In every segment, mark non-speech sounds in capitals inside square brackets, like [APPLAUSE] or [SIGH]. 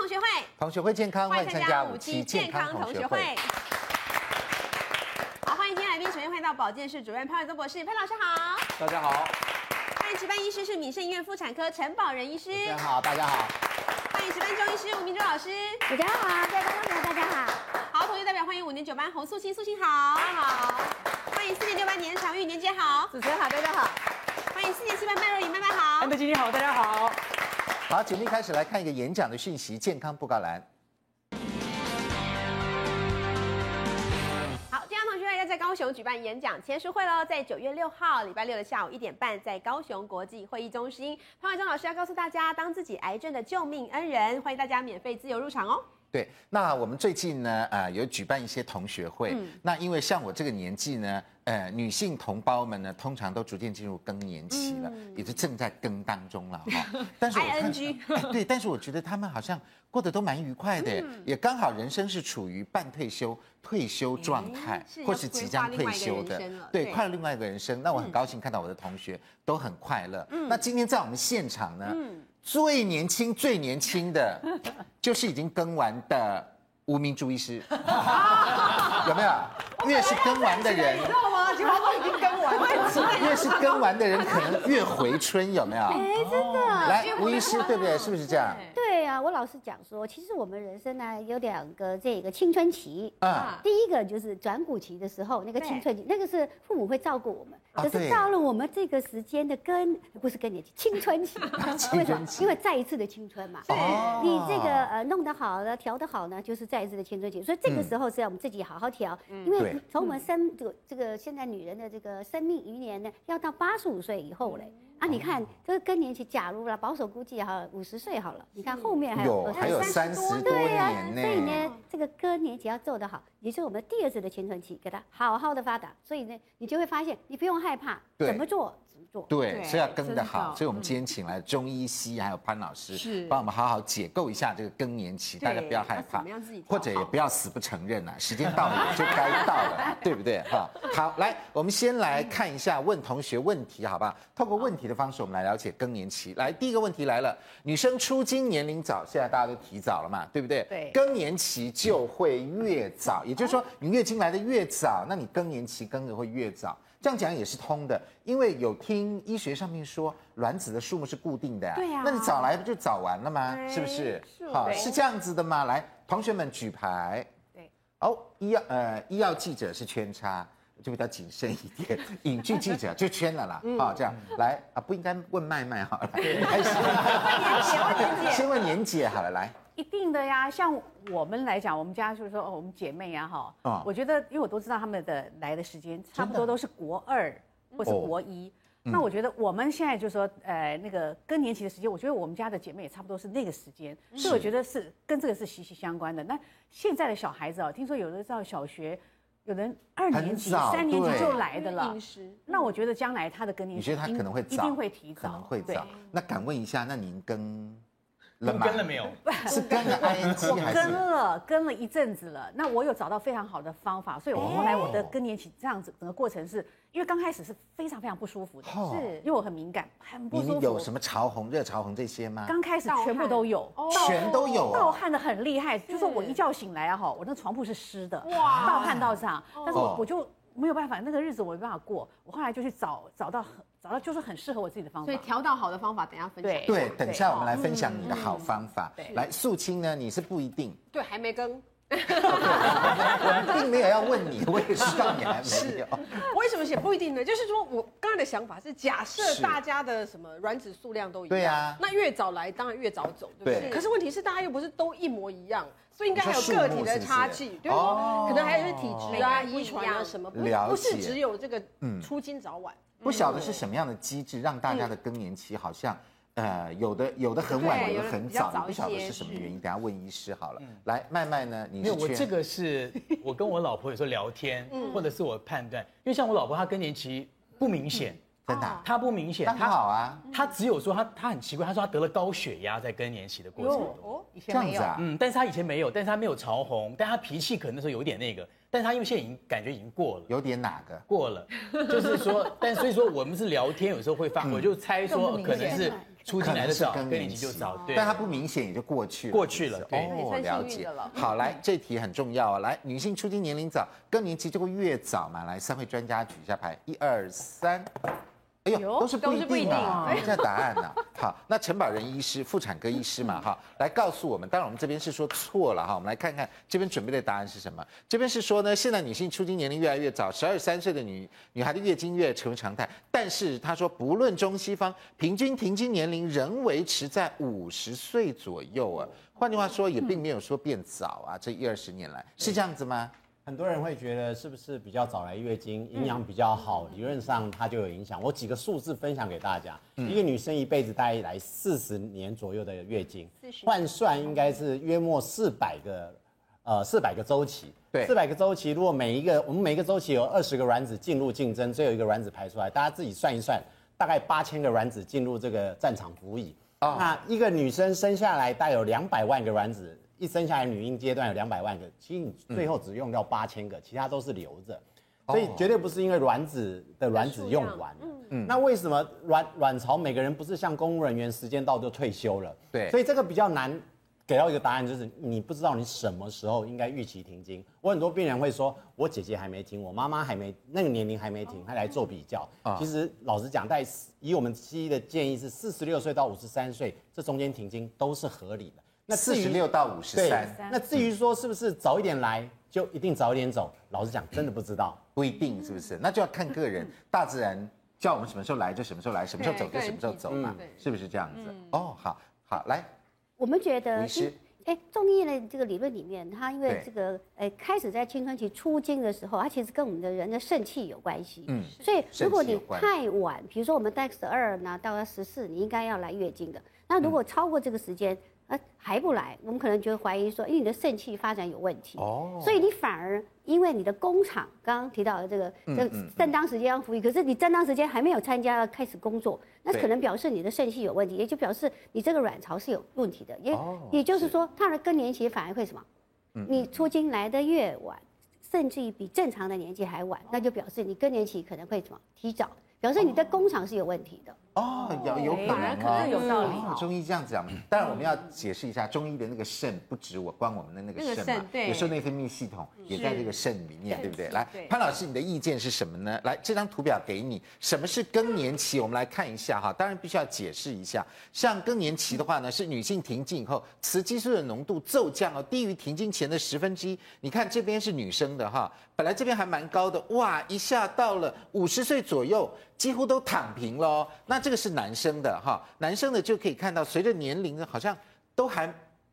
同学会健康，欢迎参加五期健康同学会。好，欢迎今天来宾，首先欢迎到保健室主任潘伟宗博士，潘老师好。大家好，欢迎值班医师是敏盛医院妇产科陈宝仁医师，大家好，大家好。欢迎值班中医师吴明珠老师。大家好，各位观众朋友，大家好。好，同学代表欢迎五年九班洪素清，素清好。好。欢迎四年六班年长玉，年姐好。主持人好，大家好。欢迎四年七班麦若琳，麦麦好安。德基你好，大家好。好，节目一开始来看一个演讲的讯息，健康布告栏。好，健康同学会要在高雄举办演讲签书会喽，在九月六号礼拜六的下午一点半，在高雄国际会议中心，潘伟忠老师要告诉大家，当自己癌症的救命恩人，欢迎大家免费自由入场哦。对，那我们最近呢，呃，有举办一些同学会。嗯那因为像我这个年纪呢，呃，女性同胞们呢，通常都逐渐进入更年期了，嗯也就正在更当中了哈。 [LAUGHS] 但是我看 ING 哎对，但是我觉得他们好像过得都蛮愉快的，也刚好人生是处于半退休、退休状态嗯哎是，或要是规即划另将外退一个休人的生了，对嗯对，快乐另外一个人生。那我很高兴看到我的同学都很快乐。那今天在我们现场呢，嗯最年轻、最年轻的，就是已经更完的无名朱 [LAUGHS] 医师，有没有？越是更完的人，知道吗？九号都已经跟完了。越是更完的人，可能越回春，有没有？哎，真的。来，吴医师，对不对？是不是这样？对啊，我老是讲说，其实我们人生呢有两个这个青春期。啊嗯，第一个就是转骨期的时候，那个对青春期，那个是父母会照顾我们。啊可是对到了我们这个时间的更，不是更年期，青 [LAUGHS] 春期，啊为什么？因为再一次的青春嘛。哦嗯你这个呃弄得好呢，调得好呢，就是再一次的青春期。所以这个时候是要我们自己好好调，因为对嗯从我们生这个这个现在女人的这个生命余年呢，要到八十五岁以后嘞。嗯啊，哦你看这个更年期，假如啦，保守估计哈五十岁好了，你看后面还有有，呃还有三十多对呀，年所以呢。呢，这个更年期要做得好，也就是我们第二次的青春期，给它好好的发达。所以呢，你就会发现，你不用害怕，对怎么做怎么做。对，对所以要更真得的好。好所以我们今天请来中医西还有潘老师是，帮我们好好解构一下这个更年期，大家不要害要怕怎么样自己，或者调也好不要死不承认啊， [LAUGHS] 时间到了就该到 [LAUGHS] 了，对不对？哈，好，来，我们先来看一下问同学问题，好不好？透过问题的方式，我们来了解更年期。来，第一个问题来了，女生出经年龄早，现在大家都提早了嘛，对不对？对更年期就会越早，也就是说你月经来的越早，那你更年期更的会越早。这样讲也是通的，因为有听医学上面说卵子的数目是固定的、对啊那你早来不就早完了吗？哎是不是？是好对是这样子的吗？来，同学们举牌。对，哦，医药呃医药记者是圈叉。就比较谨慎一 [LAUGHS] 点，影剧记者就圈了啦，嗯好、这样来啊，不应该问麦麦好 [LAUGHS] 了，还是先问年姐好了，来，一定的呀，像我们来讲，我们家就是说，哦，我们姐妹呀，哈、啊我觉得，因为我都知道她们的来的时间差不多都是国二或哦是国一。嗯那我觉得我们现在就说，呃，那个更年期的时间，我觉得我们家的姐妹也差不多是那个时间，所以我觉得是跟这个是息息相关的。那现在的小孩子哦，听说有的到小学，有人二很年级、早三年级对就来的了饮。食那我觉得将来他的更年你期觉一得定，他可能会早，一定会提早，可能会对早。那敢问一下，那您跟了跟吗？跟了哦没有？是跟了 [LAUGHS] ING 还跟是？了跟了一阵子了，那我有找到非常好的方法，所以我后来我的更年期这样子整个过程是，因为刚开始是非常非常不舒服的，哦是因为我很敏感，很不你舒们有什服。么哦潮红、热潮红这些吗？刚开始全部都有，全都有盗哦。汗的很厉害，就是我一觉醒来啊哈，我那床铺是湿的，哇盗汗到这样，但是哦我我就没有办法，那个日子我没办法过，我后来就去找找到很找到就是很适合我自己的方法所以，调到好的方法，等一下分享。对对，等一下我们来对分享你的好方法哦嗯对。来，素清呢，你是不一定，对，还没更。并没有要问你，我也知道你还没有。为什么写不一定呢？就是说我刚才的想法是，假设是大家的什么卵子数量都一样，对啊那越早来当然越早走，对不对？对可是问题是大家又不是都一模一样，所以应该还有你说数目个体的差距，是不是对说哦可能还有一些体质啊、每个人不一样遗传啊什么，不了解不是只有这个嗯出经早晚。不晓得是什么样的机制让大家的更年期好像，呃，有的有的很晚，对有的有的很比较早，你早不晓得一些是什么原因，等下问医师好了。来，麦麦呢？你嗯没是有，我圈这个是我跟我老婆有时候聊天，嗯或者是我判断，因为像我老婆她更年期不明显，真哦的啊，她不明显，那很她好啊，她只有说她她很奇怪，她说她得了高血压在更年期的过程中。哦，以这前样没子有。啊，嗯，但是她以前没有，但是她没有潮红，但她脾气可能那时候有点那个，但是她因为现在已经感觉已经过了。有点哪个？ [LAUGHS] 过了，就是说，但所以说我们是聊天，有时候会发，我就猜说更不明可能显哦是出进来的早，嗯可能是更更年期就早，对，但它不明显也就过去了，过去了是不对是那也哦，算了幸运解的了。 [LAUGHS] 好，来这题很重要啊，来，女性出经年龄早，更年期就会越早嘛。来，三位专家举一下牌，一二三。哎呦，哟都是不都一是不一定啊，定人家答案呢、 [LAUGHS] 好，那陈宝仁医师、妇产科医师嘛，哈，来告诉我们。当然，我们这边是说错了哈，我们来看看这边准备的答案是什么。这边是说呢，现在女性出经年龄越来越早，十二三岁的女女孩的月经月成为常态。但是他说，不论中西方，平均停经年龄仍维持在五十岁左右啊。换句话说，也并没有说变早啊，这一二十年来是这样子吗？很多人会觉得是不是比较早来月经，营养比较好，理论上它就有影响。我几个数字分享给大家：一个女生一辈子大概来四十年左右的月经40，换算应该是约莫四百个，呃，四百个周期。对四百个周期，如果每一个我们每一个周期有二十个卵子进入竞争，最后一个卵子排出来，大家自己算一算，大概八千个卵子进入这个战场服役。那一个女生生下来大概有两百万个卵子，一生下来女婴阶段有两百万个，其实你最后只用掉八千个，其他都是留着，所以绝对不是因为卵子的卵子用完了。那为什么卵卵巢每个人不是像公务人员时间到就退休了？对所以这个比较难。给到一个答案就是你不知道你什么时候应该预期停经。我很多病人会说，我姐姐还没停，我妈妈还没那个年龄还没停，她来做比较。啊其实老实讲，在以我们西医的建议是四十六岁到五十三岁这中间停经都是合理的。那四至于十六到五十对三，那至于说是不是早一点来就一定早一点走，老实讲真的不知道。不一定是不是？那就要看个人，大自然叫我们什么时候来就什么时候来，什么时候走就什么时候走嘛对个人体，质是不是这样子？哦，好好来，我们觉得医师，哎，中医的这个理论里面，它因为对这个，哎，开始在青春期出经的时候，它其实跟我们的人的肾气有关系。嗯，所以肾如果气有你关太晚，比如说我们在十二呢到十四，你应该要来月经的。那如果嗯超过这个时间，呃还不来，我们可能就会怀疑说，因为你的肾气发展有问题。哦所以你反而因为你的工厂刚刚提到的这个，嗯这个正当时间要服役，可是你正当时间还没有参加开始工作，那对可能表示你的肾气有问题，也就表示你这个卵巢是有问题的，也哦嗯也就是说，它的更年期反而会什么？你出经来的越晚，甚至于比正常的年纪还晚，那就表示你更年期可能会什么提早，表示你的工厂是有问题的。哦，有有可哎能反而可能哦。有道理哦哈。中医这样子讲，当然我们要解释一下，中医的那个肾不止我光我们的那那个个肾嘛肾，对有时候内分泌系统也在这个肾里面，对不对？来对，潘老师，你的意见是什么呢？来，这张图表给你，什么是更年期？我们来看一下哈，当然必须要解释一下。像更年期的话呢，是女性停经以后，雌激素的浓度骤降哦，低于停经前的十分之一。你看这边是女生的哈，本来这边还蛮高的，哇，一下到了五十岁左右，几乎都躺平了哦。那这个是男生的哈，男生的就可以看到，随着年龄呢，好像都还。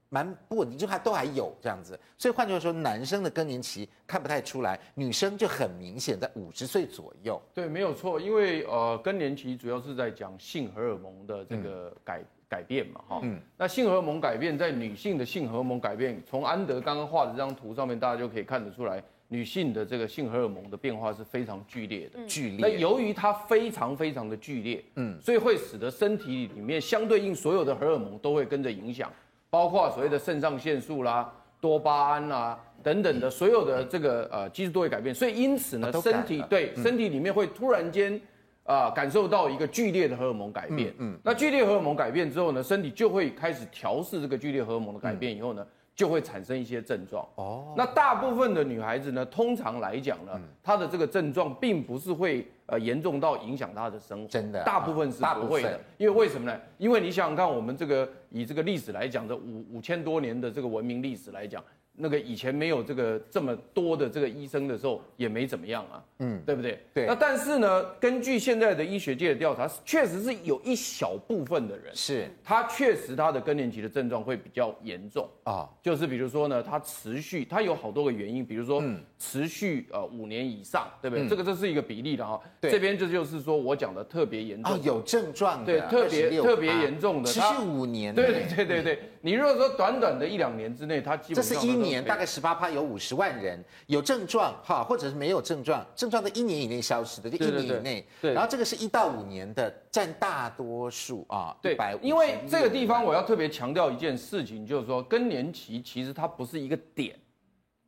蛮不稳定，就还都还有这样子。所以换句话说，男生的更年期看不太出来，女生就很明显在五十岁左右。对，没有错，因为呃，更年期主要是在讲性荷尔蒙的这个改、改变嘛，哈。嗯那性荷尔蒙改变，在女性的性荷尔蒙改变，从安德刚刚画的这张图上面，大家就可以看得出来，女性的这个性荷尔蒙的变化是非常剧烈的。剧烈。那哎由于它非常非常的剧烈，嗯嗯，所以会使得身体里面相对应所有的荷尔蒙都会跟着影响，包括所谓的肾上腺素啦、多巴胺啦等等的所有的这个呃激素都会嗯改嗯变，所以因此啊呢，都改身体了对、身体里面会突然间。啊、感受到一个剧烈的荷尔蒙改变，嗯，那剧烈荷尔蒙改变之后呢，身体就会开始调试这个剧烈荷尔蒙的改变以后呢，就会产生一些症状。嗯哦，嗯那大部分的女孩子呢，通常来讲呢，她的这个症状并不是会呃严重到影响她的生活，真的啊大部分是大部不会分的。因为为什么呢？因为你想想看，我们这个以这个历史来讲的五五千多年的这个文明历史来讲，那个以前没有这个这么多的这个医生的时候，也没怎么样啊，嗯，对不对？对那但是呢，根据现在的医学界的调查，确实是有一小部分的人，是他确实他的更年期的症状会比较严重。哦，就是比如说呢，它持续，它有好多个原因，比如说嗯持续呃五年以上，对不对？嗯这个这是一个比例的哈。对这边这就是说我讲的特别严重。哦，有症状的，对特别26特别严重的啊持它续五年，对对，对对对，你如果说短短的一两年之内，它基这本是上一年，大概。概十八趴有五十万人有症状哈，或者是没有症状，症状在一年以内消失的，就对一对年以内，对对然后这个是一到五年的，占大多数啊，对156，因为这个地方我要特别强调一件事情，就是说更年期其实它不是一个点，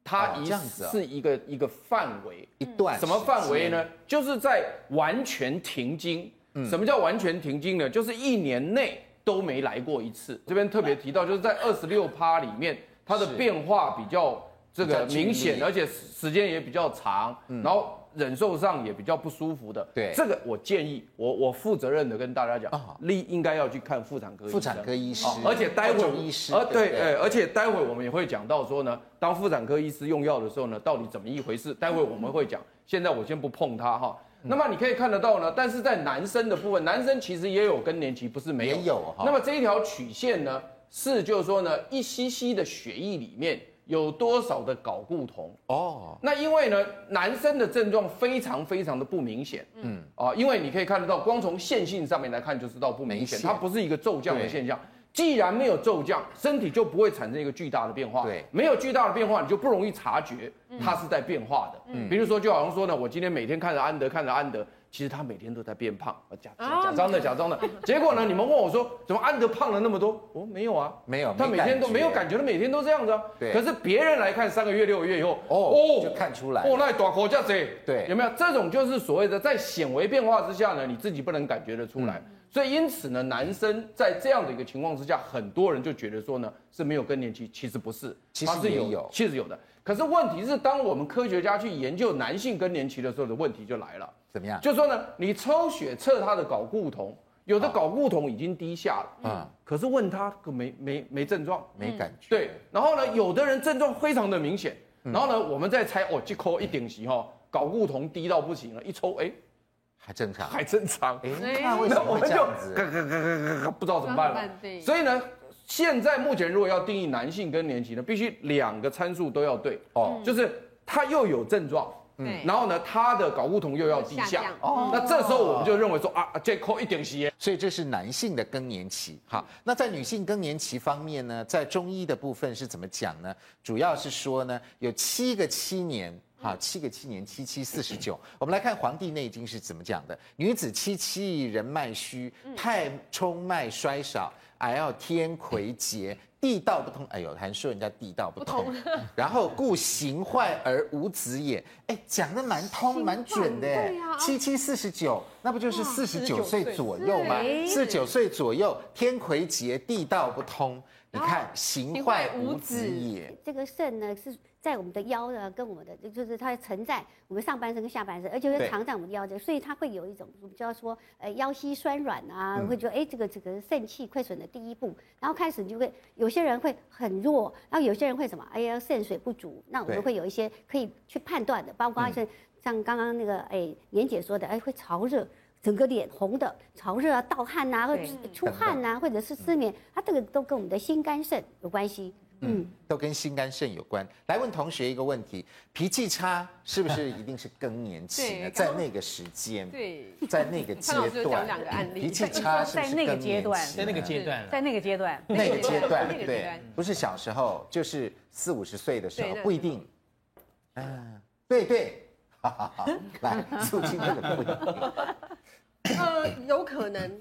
它哦一这样子啊是一个一个范围。一段什么时范围间嗯呢？？就是在完全停经。什么叫完全停经呢？就是一年内都没来过一次。这边特别提到，就是在二十六趴里面，它的是变化比较这个比较明剧显，烈而且时间也比较长，然后忍受上也比较不舒服的。对这个我建议，我我负责任的跟大家讲啊，立应该要去看妇产科医生。妇产科医师哦，而且待会各种医师而对对，不对呃，而且待会我们也会讲到说呢，当妇产科医师用药的时候呢，到底怎么一回事？待会我们会讲，现在我先不碰它哈。嗯那么你可以看得到呢，但是在男生的部分，男生其实也有更年期，不是没有。也有哈那么这一条曲线呢，是就是说呢，一 cc 的血液里面有多少的睾固酮？哦，那因为呢，男生的症状非常非常的不明显，嗯啊，因为你可以看得到，光从线性上面来看就知道不明显，没线它不是一个骤降的对现象。既然没有骤降，身体就不会产生一个巨大的变化。对嗯没有巨大的变化，你就不容易察觉它是在变化的。嗯，比如说，就好像说呢，我今天每天看着安德，看着安德，其实他每天都在变胖，啊假假假装的假装的。结果呢，你们问我说，怎么安德胖了那么多？我、哦、没有啊，没有他没每天都感觉没有感觉，他每天都这样子啊。对可是别人来看三个月、六个月以后，哦就看出来哦，那大口叫谁？对有没有这种就是所谓的在显微变化之下呢，你自己不能感觉得出来。嗯所以因此呢，男生在这样的一个情况之下，很多人就觉得说呢是没有更年期，其实不是，其实它是也有其实有的。可是问题是，当我们科学家去研究男性更年期的时候，的问题就来了。怎么样？就说呢，你抽血测他的睾固酮，有啊的睾固酮已经低下了，嗯嗯，可是问他可没没没症状，没感觉。对，然后呢，有的人症状非常的明显，然后呢，我们再猜哦，这扣一顶席哈，睾固酮低到不行了，一抽哎还正常。还正常，哎，那为什那么我会们这就样子？咯咯咯咯咯咯不知道怎么办了不知道怎么办。对所以呢，现在目前如果要定义男性更年期呢，必须两个参数都要对哦，就是他又有症状。对然后呢，他的睾固酮又要低下下降，哦，那这时候我们就认为说啊，这扣一顶席，所以这是男性的更年期。好，那在女性更年期方面呢，在中医的部分是怎么讲呢？主要是说呢，有七个七年。好，七个七年，七七四十九。我们来看《黄帝内经》是怎么讲的：女子七七，人脉虚，嗯太冲脉衰少，癌要天魁竭，地道不通。哎呦，还说人家地道不通。然后故行坏而无子也。哎，讲的蛮通蛮准的。对呀七七四十九，那不就是四十九岁49左右吗？四十九岁左右，天魁竭，地道不通。你看，行坏无子也。这个肾呢是在我们的腰呢，跟我们的就是它承载我们上半身跟下半身，而且对会藏在我们的腰这，所以它会有一种我们叫说呃腰膝酸软啊，嗯会觉得哎这个这个肾气亏损的第一步，然后开始你就会有些人会很弱，然后有些人会什么哎呀肾水不足，那我对嗯们会有一些可以去判断的，包括是像刚刚那个哎妍姐说的哎会潮热。整个脸红的，潮热啊，盗汗啊，会对出汗啊，或者是失嗯眠，它这个都跟我们的心肝肾有关系。嗯都跟心肝肾有关。来问同学一个问题：脾气差是不是一定是更年期呢？对在那个时间，对，在那个阶潘老师有段讲两个案，例脾气差是不是在那个更年阶段期呢在那个阶段了，在那个阶段，那个阶段，那个阶对段，不是小时候，就是四五十岁的时候对那，个不一定。嗯，对对， [LAUGHS] 哈哈哈，来肃清这个不一定。呃，有可能，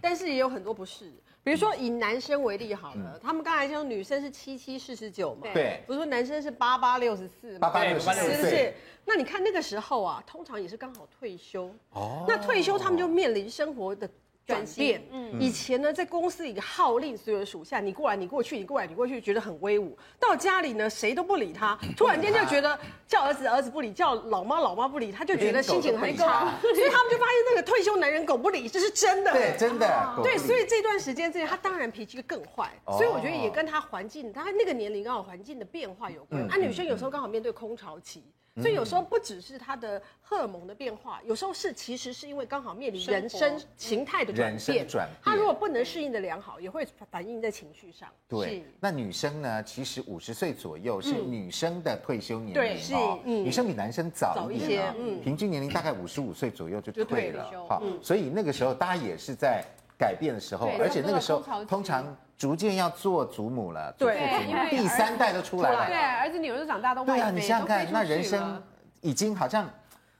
但是也有很多不是。比如说以男生为例好了，他们刚才说女生是七七四十九嘛， [LAUGHS] 对不是说男生是八八六十四八嘛，八六十对是四不岁是，？那你看那个时候啊，通常也是刚好退休，哦那退休他们就面临生活的。转变，嗯，以前呢，在公司里号令所有的属下，你过来，你过去，你过来，你过去，觉得很威武。到家里呢，谁都不 [LAUGHS] 理他，突然间就觉得叫儿子儿子不理，叫老妈老妈不理，他就觉得心情很差，所以他们就发现那个退休男人狗不理，这是真的。对，真的，狗对，不理所以这段时间之内，他当然脾气更坏，嗯哦所以我觉得也跟他环境，他那个年龄刚好环境的变化有嗯关。啊，女生有时候刚好面对空巢期。所以有时候不只是她的荷尔蒙的变化，有时候是其实是因为刚好面临人生形态的转人生的变，转变她如果不能适应的良好，也会反映在情绪上。对，那女生呢？其实五十岁左右是女生的退休年龄、哦对是嗯女生比男生早早一一点、哦些嗯平均年龄大概五十五岁左右就就退退了休，好、所以那个时候大家也是在改变的时候对，而且那个时候差不多通空巢常期逐渐要做祖母了，祖父对祖母因为第三代都出来啊了，对，儿子女儿都长大都对外啊，飞你想想看，那人生已经好像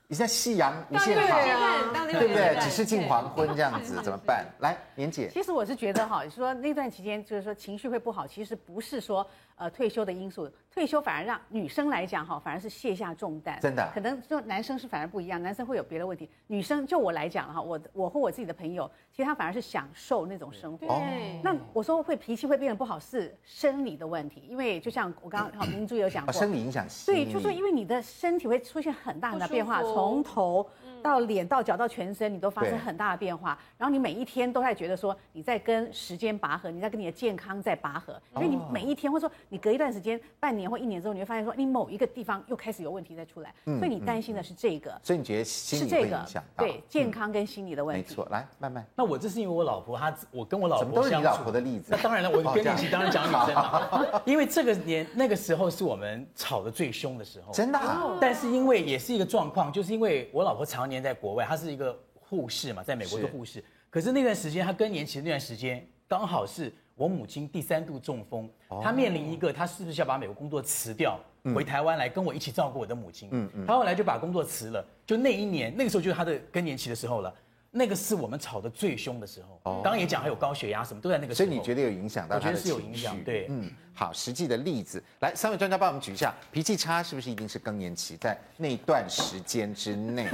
已经在夕阳无限好，对啊到六对个不阶段对？只是近黄昏这样子，怎么办？来，年姐，其实我是觉得哈，说那段期间就是说情绪会不好，其实不是说呃退休的因素，退休反而让女生来讲哈，反而是卸下重担。真的啊可能就男生是反而不一样，男生会有别的问题。女生就我来讲哈，我我或我自己的朋友，其实他反而是享受那种生活。哦那我说会脾气会变得不好是生理的问题，因为就像我刚刚好明珠有讲哦，过，生理影响细对，腻就说因为你的身体会出现很大很大变化，不舒服从头到脸到脚到全身，你都发嗯对生很大的变化。然后你每一天都在觉得说你在跟时间拔河，你在跟你的健康在拔河，因为你哦每一天或者说你隔一段时间、半年或一年之后，你会发现说你某一个地方又开始有问题再出来，所以你担心的是这个，所以你觉得嗯心是理会这个影响，到？嗯对健康跟心理的问没题。错。来，慢慢，那我这是因为我老婆，她我跟我老怎么都婆是相你处，老婆的例子那。当然了，我哦跟这样你起当然讲女 [LAUGHS] 生嘛，因为这个年那个时候是我们吵得最凶的时候。真的啊但是因为也是一个状况，就是因为我老婆常年在国外，她是一个护士嘛，在美国是做护士。可是那段时间，她更年期那段时间，刚好是我母亲第三度中风，哦她面临一个她是不是要把美国工作辞掉，嗯回台湾来跟我一起照顾我的母亲。嗯嗯。她后来就把工作辞了，就那一年，那个时候就是她的更年期的时候了。那个是我们吵得最凶的时候，刚刚也讲还有高血压什么都在那个时哦所候。以你觉得有影响到哦我觉他得的是有情影绪响对嗯，好，实际的例子，来，三位专家帮我们举一下，脾气差是不是一定是更年期在那段时间之 [LAUGHS] 内？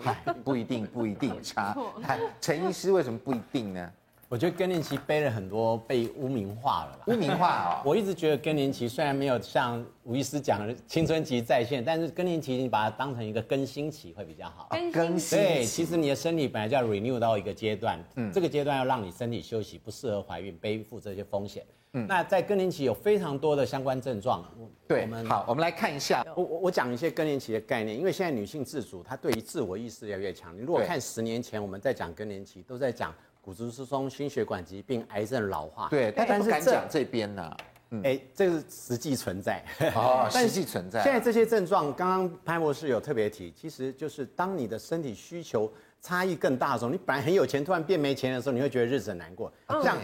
嗨不一定，不一定差。来，陈医师为什么不一定呢？我觉得更年期背了很多被污名化了啦。污名化哦，[LAUGHS] 我一直觉得更年期虽然没有像吴医师讲的青春期再现，但是更年期你把它当成一个更新期会比较好。更新嗯对，其实你的身体本来就要 renew 到一个阶段，这个阶段要让你身体休息，不适合怀孕，背负这些风险。那在更年期有非常多的相关症状，我嗯对我，们好，我们来看一下，我我我讲一些更年期的概念，因为现在女性自主，她对于自我意识越来越强。你如果对看十年前我们在讲更年期，都在讲骨质疏松、心血管疾病、癌症、老化，哎对，大家但不是敢这讲这边呢，哎，这是实际存在。哦，但实是际存在。现在这些症状，刚刚潘博士有特别提，其实就是当你的身体需求差异更大的时候，你本来很有钱，突然变没钱的时候，你会觉得日子很难过。哦这样，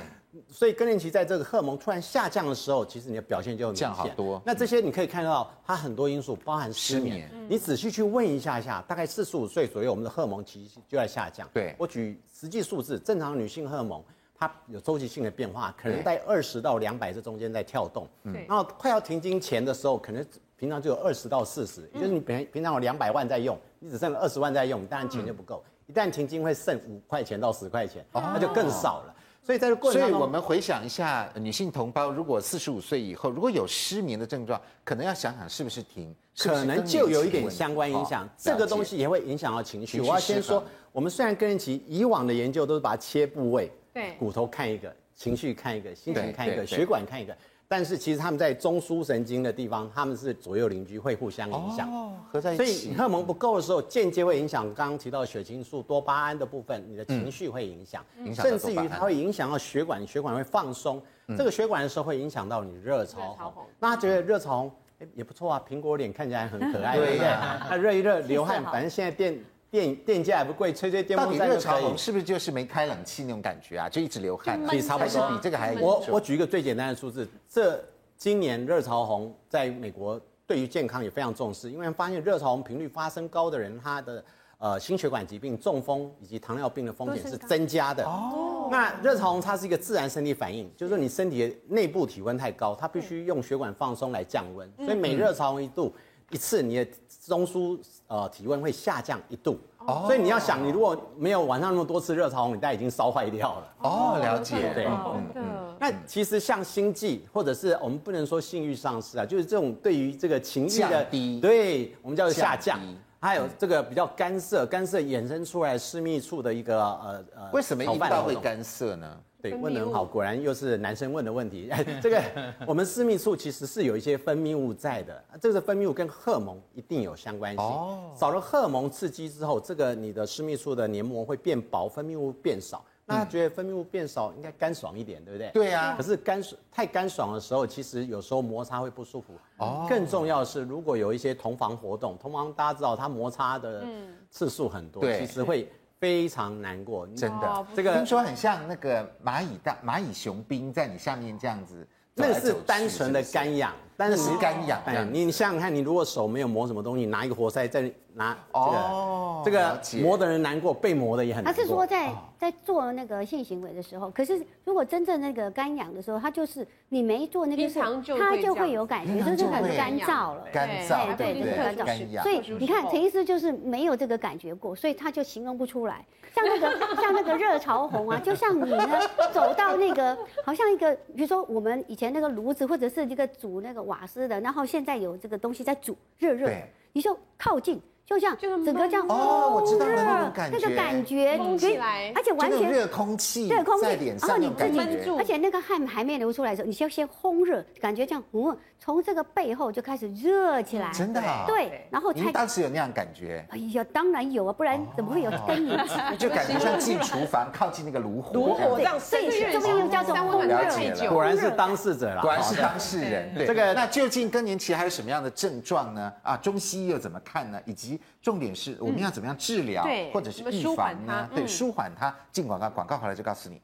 所以更年期在这个荷尔蒙突然下降的时候，其实你的表现就很明降好显多那这些你可以看到，它很多因素，包含失失眠眠。嗯你仔细去问一下下，大概四十五岁左右，我们的荷尔蒙其实就在下降。对我举实际数字，正常女性荷尔蒙。它有周期性的变化，可能在二十到两百这中间在跳动。嗯对然后快要停经前的时候，可能平常就有二十到四十，嗯也就是你平平常有两百万在用，你只剩了二十万在用，你当然钱就不够。嗯一旦停经会剩五块钱到十块钱，那就更少了。所以在这过哦所程当以中，我们回想一下，呃女性同胞如果四十五岁以后，如果有失眠的症状，可能要想想是不是停，是不是可能更就有一年期的点问题相关影哦响了，这个解东西也会影响到情绪。情绪我要先失衡说，我们虽然更年期以往的研究都是把它切部位，对骨头看一个，情绪看一个，心情看一对个，对血管看一个，但是其实他们在中枢神经的地方，他们是左右邻居，会互相影哦响。合在一所起。以荷尔蒙不够的时候，间接会影响刚刚提到血清素、多巴胺的部分，你的情绪会影响，影响到嗯甚多至巴胺于它会影响到血管，血管会放松，这个血管的时候会影响到你热潮热潮红红。那他觉得热潮红诶也不错啊，苹果脸看起来很可爱，对对不对呀？那热一 [LAUGHS] 热，流汗气色，好反正现在电电电价也不贵，吹吹电到风底扇热就可潮以红。是不是就是没开冷气那种感觉啊？就一直流汗、啊，其实差不还多是比这个还严我我重。举一个最简单的数字，这今年热潮红在美国对于健康也非常重视，因为发现热潮红频率发生高的人，他的呃心血管疾病、中风以及糖尿病的风险是增加的。哦，那热潮红它是一个自然身体反应，就是说你身体的内部体温太高，它必须用血管放松来降温，所以每热潮红一度。一次你的中枢呃体温会下降一度，所以你要想，你如果没有晚上那么多次热潮红，你大概已经烧坏掉了。哦，了解。对嗯真的那其实像心悸，或者是我们不能说性欲丧失啊，就是这种对于这个情欲的降低对我们叫做下降降低，嗯还有这个比较干涉，干涉衍生出来私密处的一个呃呃，为什么炒阴饭道的活会动？干涩呢？对，问得很好，果然又是男生问的问题。哎这个 [LAUGHS] 我们私密处其实是有一些分泌物在的，这个分泌物跟荷尔蒙一定有相关性。哦少了荷尔蒙刺激之后，这个你的私密处的黏膜会变薄，分泌物变少。那他觉得分泌物变少，应该干爽一点，对不对？对啊可是干爽太干爽的时候，其实有时候摩擦会不舒服。哦。更重要的是，如果有一些同房活动，同房大家知道它摩擦的次数很多，嗯对其实会非常难过。真的，这个听说很像那个蚂蚁大蚂蚁雄兵在你下面这样子走那来走个去，是单纯的是不是干痒，但那是是干痒这哎样，你想想看，你如果手没有磨什么东西，拿一个活塞在拿哦这个了这解个磨的人难过，被磨的也很他难过。啊是说在在做那个性行为的时候，可是如果真正那个干痒的时候，他就是你没做那个事平常就，会他这就样会有感觉，就是很干燥哎了。干燥，对对不对对？干燥干痒所。以你看，陈医师就是没有这个感觉过，所以他就形容不出来。像那个像那个热潮红啊，就像你呢走到那个，好像一个，比如说我们以前那个炉子或者是一个煮那个瓦斯的，然后现在有这个东西在煮热热对，你就靠近，就像就是整个这样哦我知道热了那种感那个觉感觉，封起来而且完就那种全热空气对，空气在脸，上然后那种你自感己觉，而且那个汗还没流出来的时候，你就先烘热，感觉这样，嗯，从这个背后就开始热起来，真的啊对，然后您才，当时有那样感觉，哎呀，当然有啊，不哦然怎么会有 [LAUGHS] 跟你？啊就感觉像进厨房靠近那个炉火，炉这火这样样所以深入这边又叫做三烘温暖了热，解了久果然是当事者啦，果然是好当事人。对这个那究竟更年期还有什么样的症状呢？啊，中西医又怎么看呢？以及重点是我们要怎么样治疗，嗯对或者是怎么预舒缓防呢？它对，嗯舒缓它。进广告，广告回来就告诉你。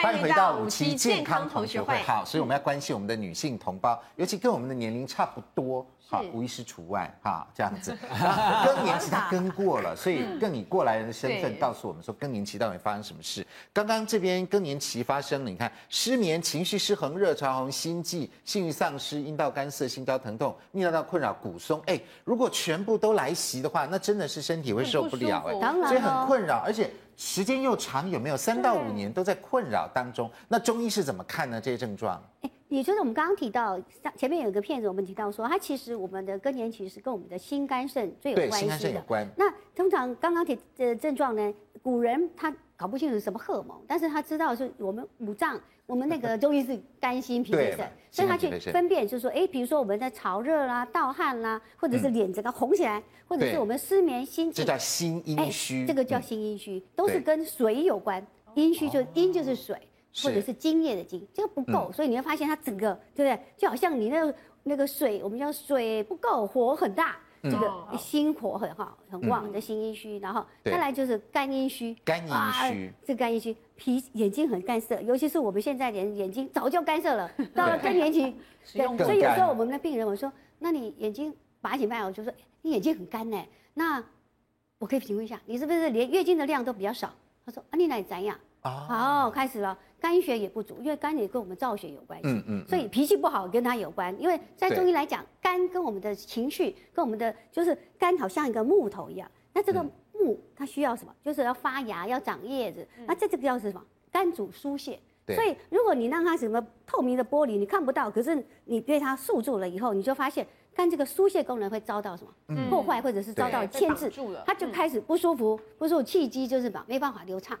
欢迎回到五期健康同学会。好，所以我们要关心我们的女性同胞，尤其跟我们的年龄差不多，好，是吴医师除外，哈，这样 [LAUGHS] 子。那更年期他跟过了，所以更以过来人的身份对告诉我们说，更年期到底发生什么事？刚刚这边更年期发生了，你看失眠、情绪失衡、热潮红、心悸、性欲丧失、阴道干涩、心绞疼痛、泌尿道困扰、骨松，哎，如果全部都来袭的话，那真的是身体会受不了，哎很不舒服，当所以然很了。困扰，而且时间又长，有没有三到五年都在困扰当中？那中医是怎么看呢？这些症状？哎，也就是我们刚刚提到，上前面有一个片子，我们提到说，它其实我们的更年期是跟我们的心肝肾最有对，关系心的肝。肾有关。那通常刚刚提的症状呢，古人他搞不清楚是什么荷尔蒙，但是他知道是我们五脏，我们那个中医是肝心脾 [LAUGHS] 肺对肾嘛，所以他心去肝脾肺肾分辨，就是说，哎，比如说我们在潮热啦、盗汗啦，或者是脸整个红起来，或者嗯对是我们失眠、心悸这，叫心阴虚，哎这个叫嗯心阴虚，都对是哦跟水有关。阴虚就阴就是水，或者是嗯是津液的津，这个不够，所以你会发现它整个对不对？就好像你那个那个水，我们叫水不够，火很大，嗯这个哦心火很好很旺，这心阴虚，然后对再来就是肝阴虚，肝阴啊虚，这肝阴虚，皮眼睛很干涩，尤其是我们现在连眼睛早就干涩了，到了更年期，对更所以有时干候我们的病人我说，那你眼睛拔起脉，我就说哎你眼睛很干呢，那我可以评估一下，你是不是连月经的量都比较少？他说啊，你哪里怎样？啊，好，开始了，肝血也不足，因为肝也跟我们造血有关系。嗯嗯，所以脾气不好跟它有关，因为在对中医来讲，肝跟我们的情绪，跟我们的就是肝好像一个木头一样，那这个嗯木它需要什么？就是要发芽，要长叶子。那这这个要是什么？肝主疏泄。对所以如果你让它什么透明的玻璃，你看不到，可是你对它束住了以后，你就发现肝这个疏泄功能会遭到什么、嗯哦破坏，或者是遭到对被牵绑制住了，它嗯就开始不舒服，不舒服气机就是把没办法流畅。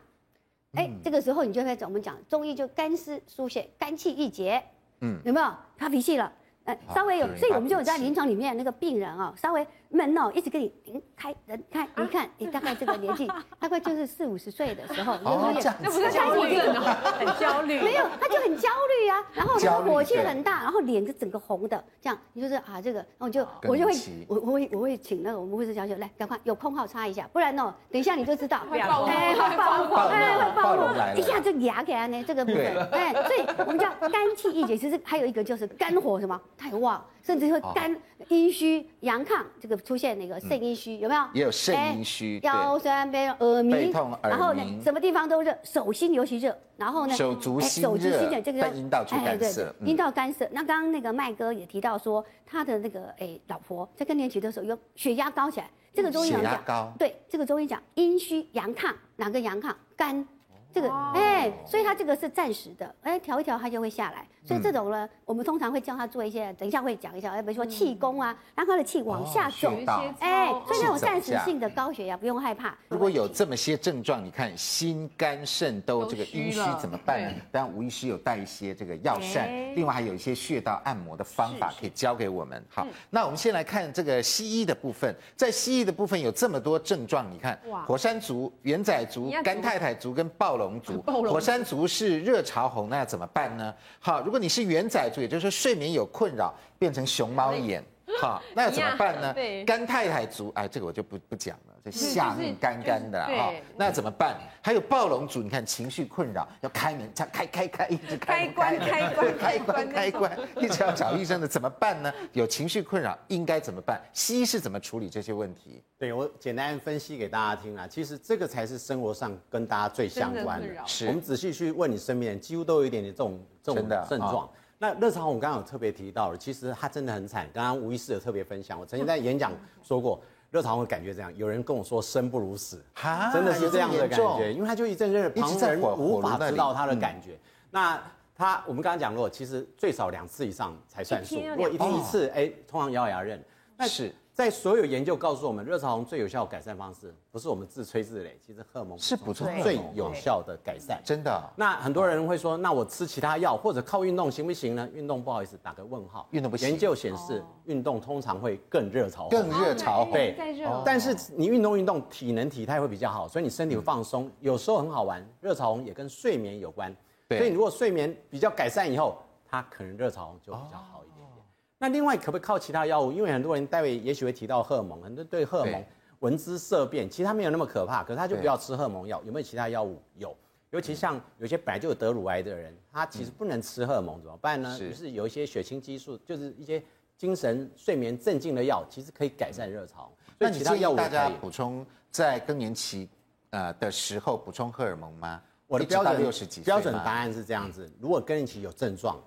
哎、嗯这个时候你就会怎么讲？中医就肝湿疏泄，肝气郁结，嗯嗯，有没有发脾气了？呃，好稍微有对，所以我们就发脾有在气临床里面那个病人啊、稍微闷哦，一直跟你人开人开，你看你大概这个年纪，大概就是四五十岁的时候，哦有没这样有？那不是焦虑症哦，很焦虑， [LAUGHS] 没有，他就很焦 [LAUGHS] 虑啊，然后焦那虑个火气很大，然后脸就整个红的，这样你就是啊这个，然后我就更我就会年期我我会我会请那个我们护士小姐来，赶快有空号插一下，不然哦，等一下你就知道，会暴露哎，会暴暴露，露哎，暴会暴露露来，了一下就牙给他呢，这个部对分，哎，所以我们叫肝气郁结，其实还有一个就是肝火什么太旺，甚至会肝哦阴虚、阳亢，这个出现那个肾阴虚，有没有？也有肾阴虚，对，哎腰酸背痛、耳背鸣，痛耳然后呢鸣，什么地方都热，手心尤其热，然后呢，手足哎心手足热心热，这个但阴道就干涩哎对对嗯阴道干涩。那刚刚那个麦哥也提到说，他的那个哎老婆在更年期的时候有血压高起来，这个中嗯医血讲压高，对，这个中医讲阴虚阳亢，哪个阳亢？肝。这个哎，所以它这个是暂时的，哎，调一调它就会下来。所以这种嗯呢，我们通常会叫他做一些，等一下会讲一下，哎，比如说气功嗯啊，让他的气往下走哦有一，些哎，所以那种是暂走时下性的高血压不用害怕。如果有这么些症状，你看心、肝、肾都这个阴虚都虚了怎么办呢对？当然，吴医师有带一些这个药膳哎，另外还有一些穴道按摩的方法可以教给我们。嗯好，那我们先来看这个西医的部分，在西医的部分有这么多症状，你看，哇火山族、元仔族你要、怎甘么太太族跟暴龙族。 [LAUGHS] 暴龙族火山族是热潮红，那要怎么办呢？好，如果你是元仔族，也就是说睡眠有困扰，变成熊猫眼。好，那要怎么办呢哎对？甘太太族，哎，这个我就不不讲了，这下面干干的啦嗯就是哈对。那怎么办？还有暴龙族，你看情绪困扰，要开门，这样开开开，一直开开关开关对 [LAUGHS] 开关开开关关，一直要找医生的，怎么办呢？有情绪困扰应该怎么办？西医是怎么处理这些问题？对我简单分析给大家听啦，其实这个才是生活上跟大家最相关的真的困扰。是我们仔细去问你身边人，几乎都有一点点这种这种真的啊症状。那乐长红刚刚有特别提到了，其实他真的很惨。刚刚吴医师有特别分享，我曾经在演讲说过，乐长红感觉这样，有人跟我说生不如死，哈真的是啊这样的感啊有么觉，严重因为他就一阵阵的，一直旁在人火火无炉那法里知道他的感觉。嗯那他我们刚刚讲过，其实最少两次以上才算数一天，如果一天两一次，哎，通常咬咬牙认。那是在所有研究告诉我们，热潮红最有效的改善方式不是我们自吹自擂，其实荷尔蒙是补充荷尔蒙最有效的改善。真的哦那很多人会说，那我吃其他药或者靠运动行不行呢？运动不好意思，打个问号。运动不行研究显示，运动通常会哦更热潮红，更热潮红对再热哦但是你运动运动，体能体态会比较好，所以你身体会放松。有时候很好玩，热潮红也跟睡眠有关。对所以你如果睡眠比较改善以后，它可能热潮红就比较好一点哦点。那另外可不可以靠其他药物？因为很多人待会也许会提到荷尔蒙，很多人对荷尔蒙对闻之色变，其实它没有那么可怕，可是他就对不要吃荷尔蒙药。有没有其他药物？有。尤其嗯像有些本来就有得乳癌的人，他其实不能吃荷尔蒙，怎么办呢？嗯是于是有一些血清激素，就是一些精神睡眠镇静的药，其实可以改善热潮。那所以你其他建药议物大也家可以。补充在更年期呃的时候补充荷尔蒙吗？我的一直到标准六十几岁标准吗答案是这样子：如果更年期有症状，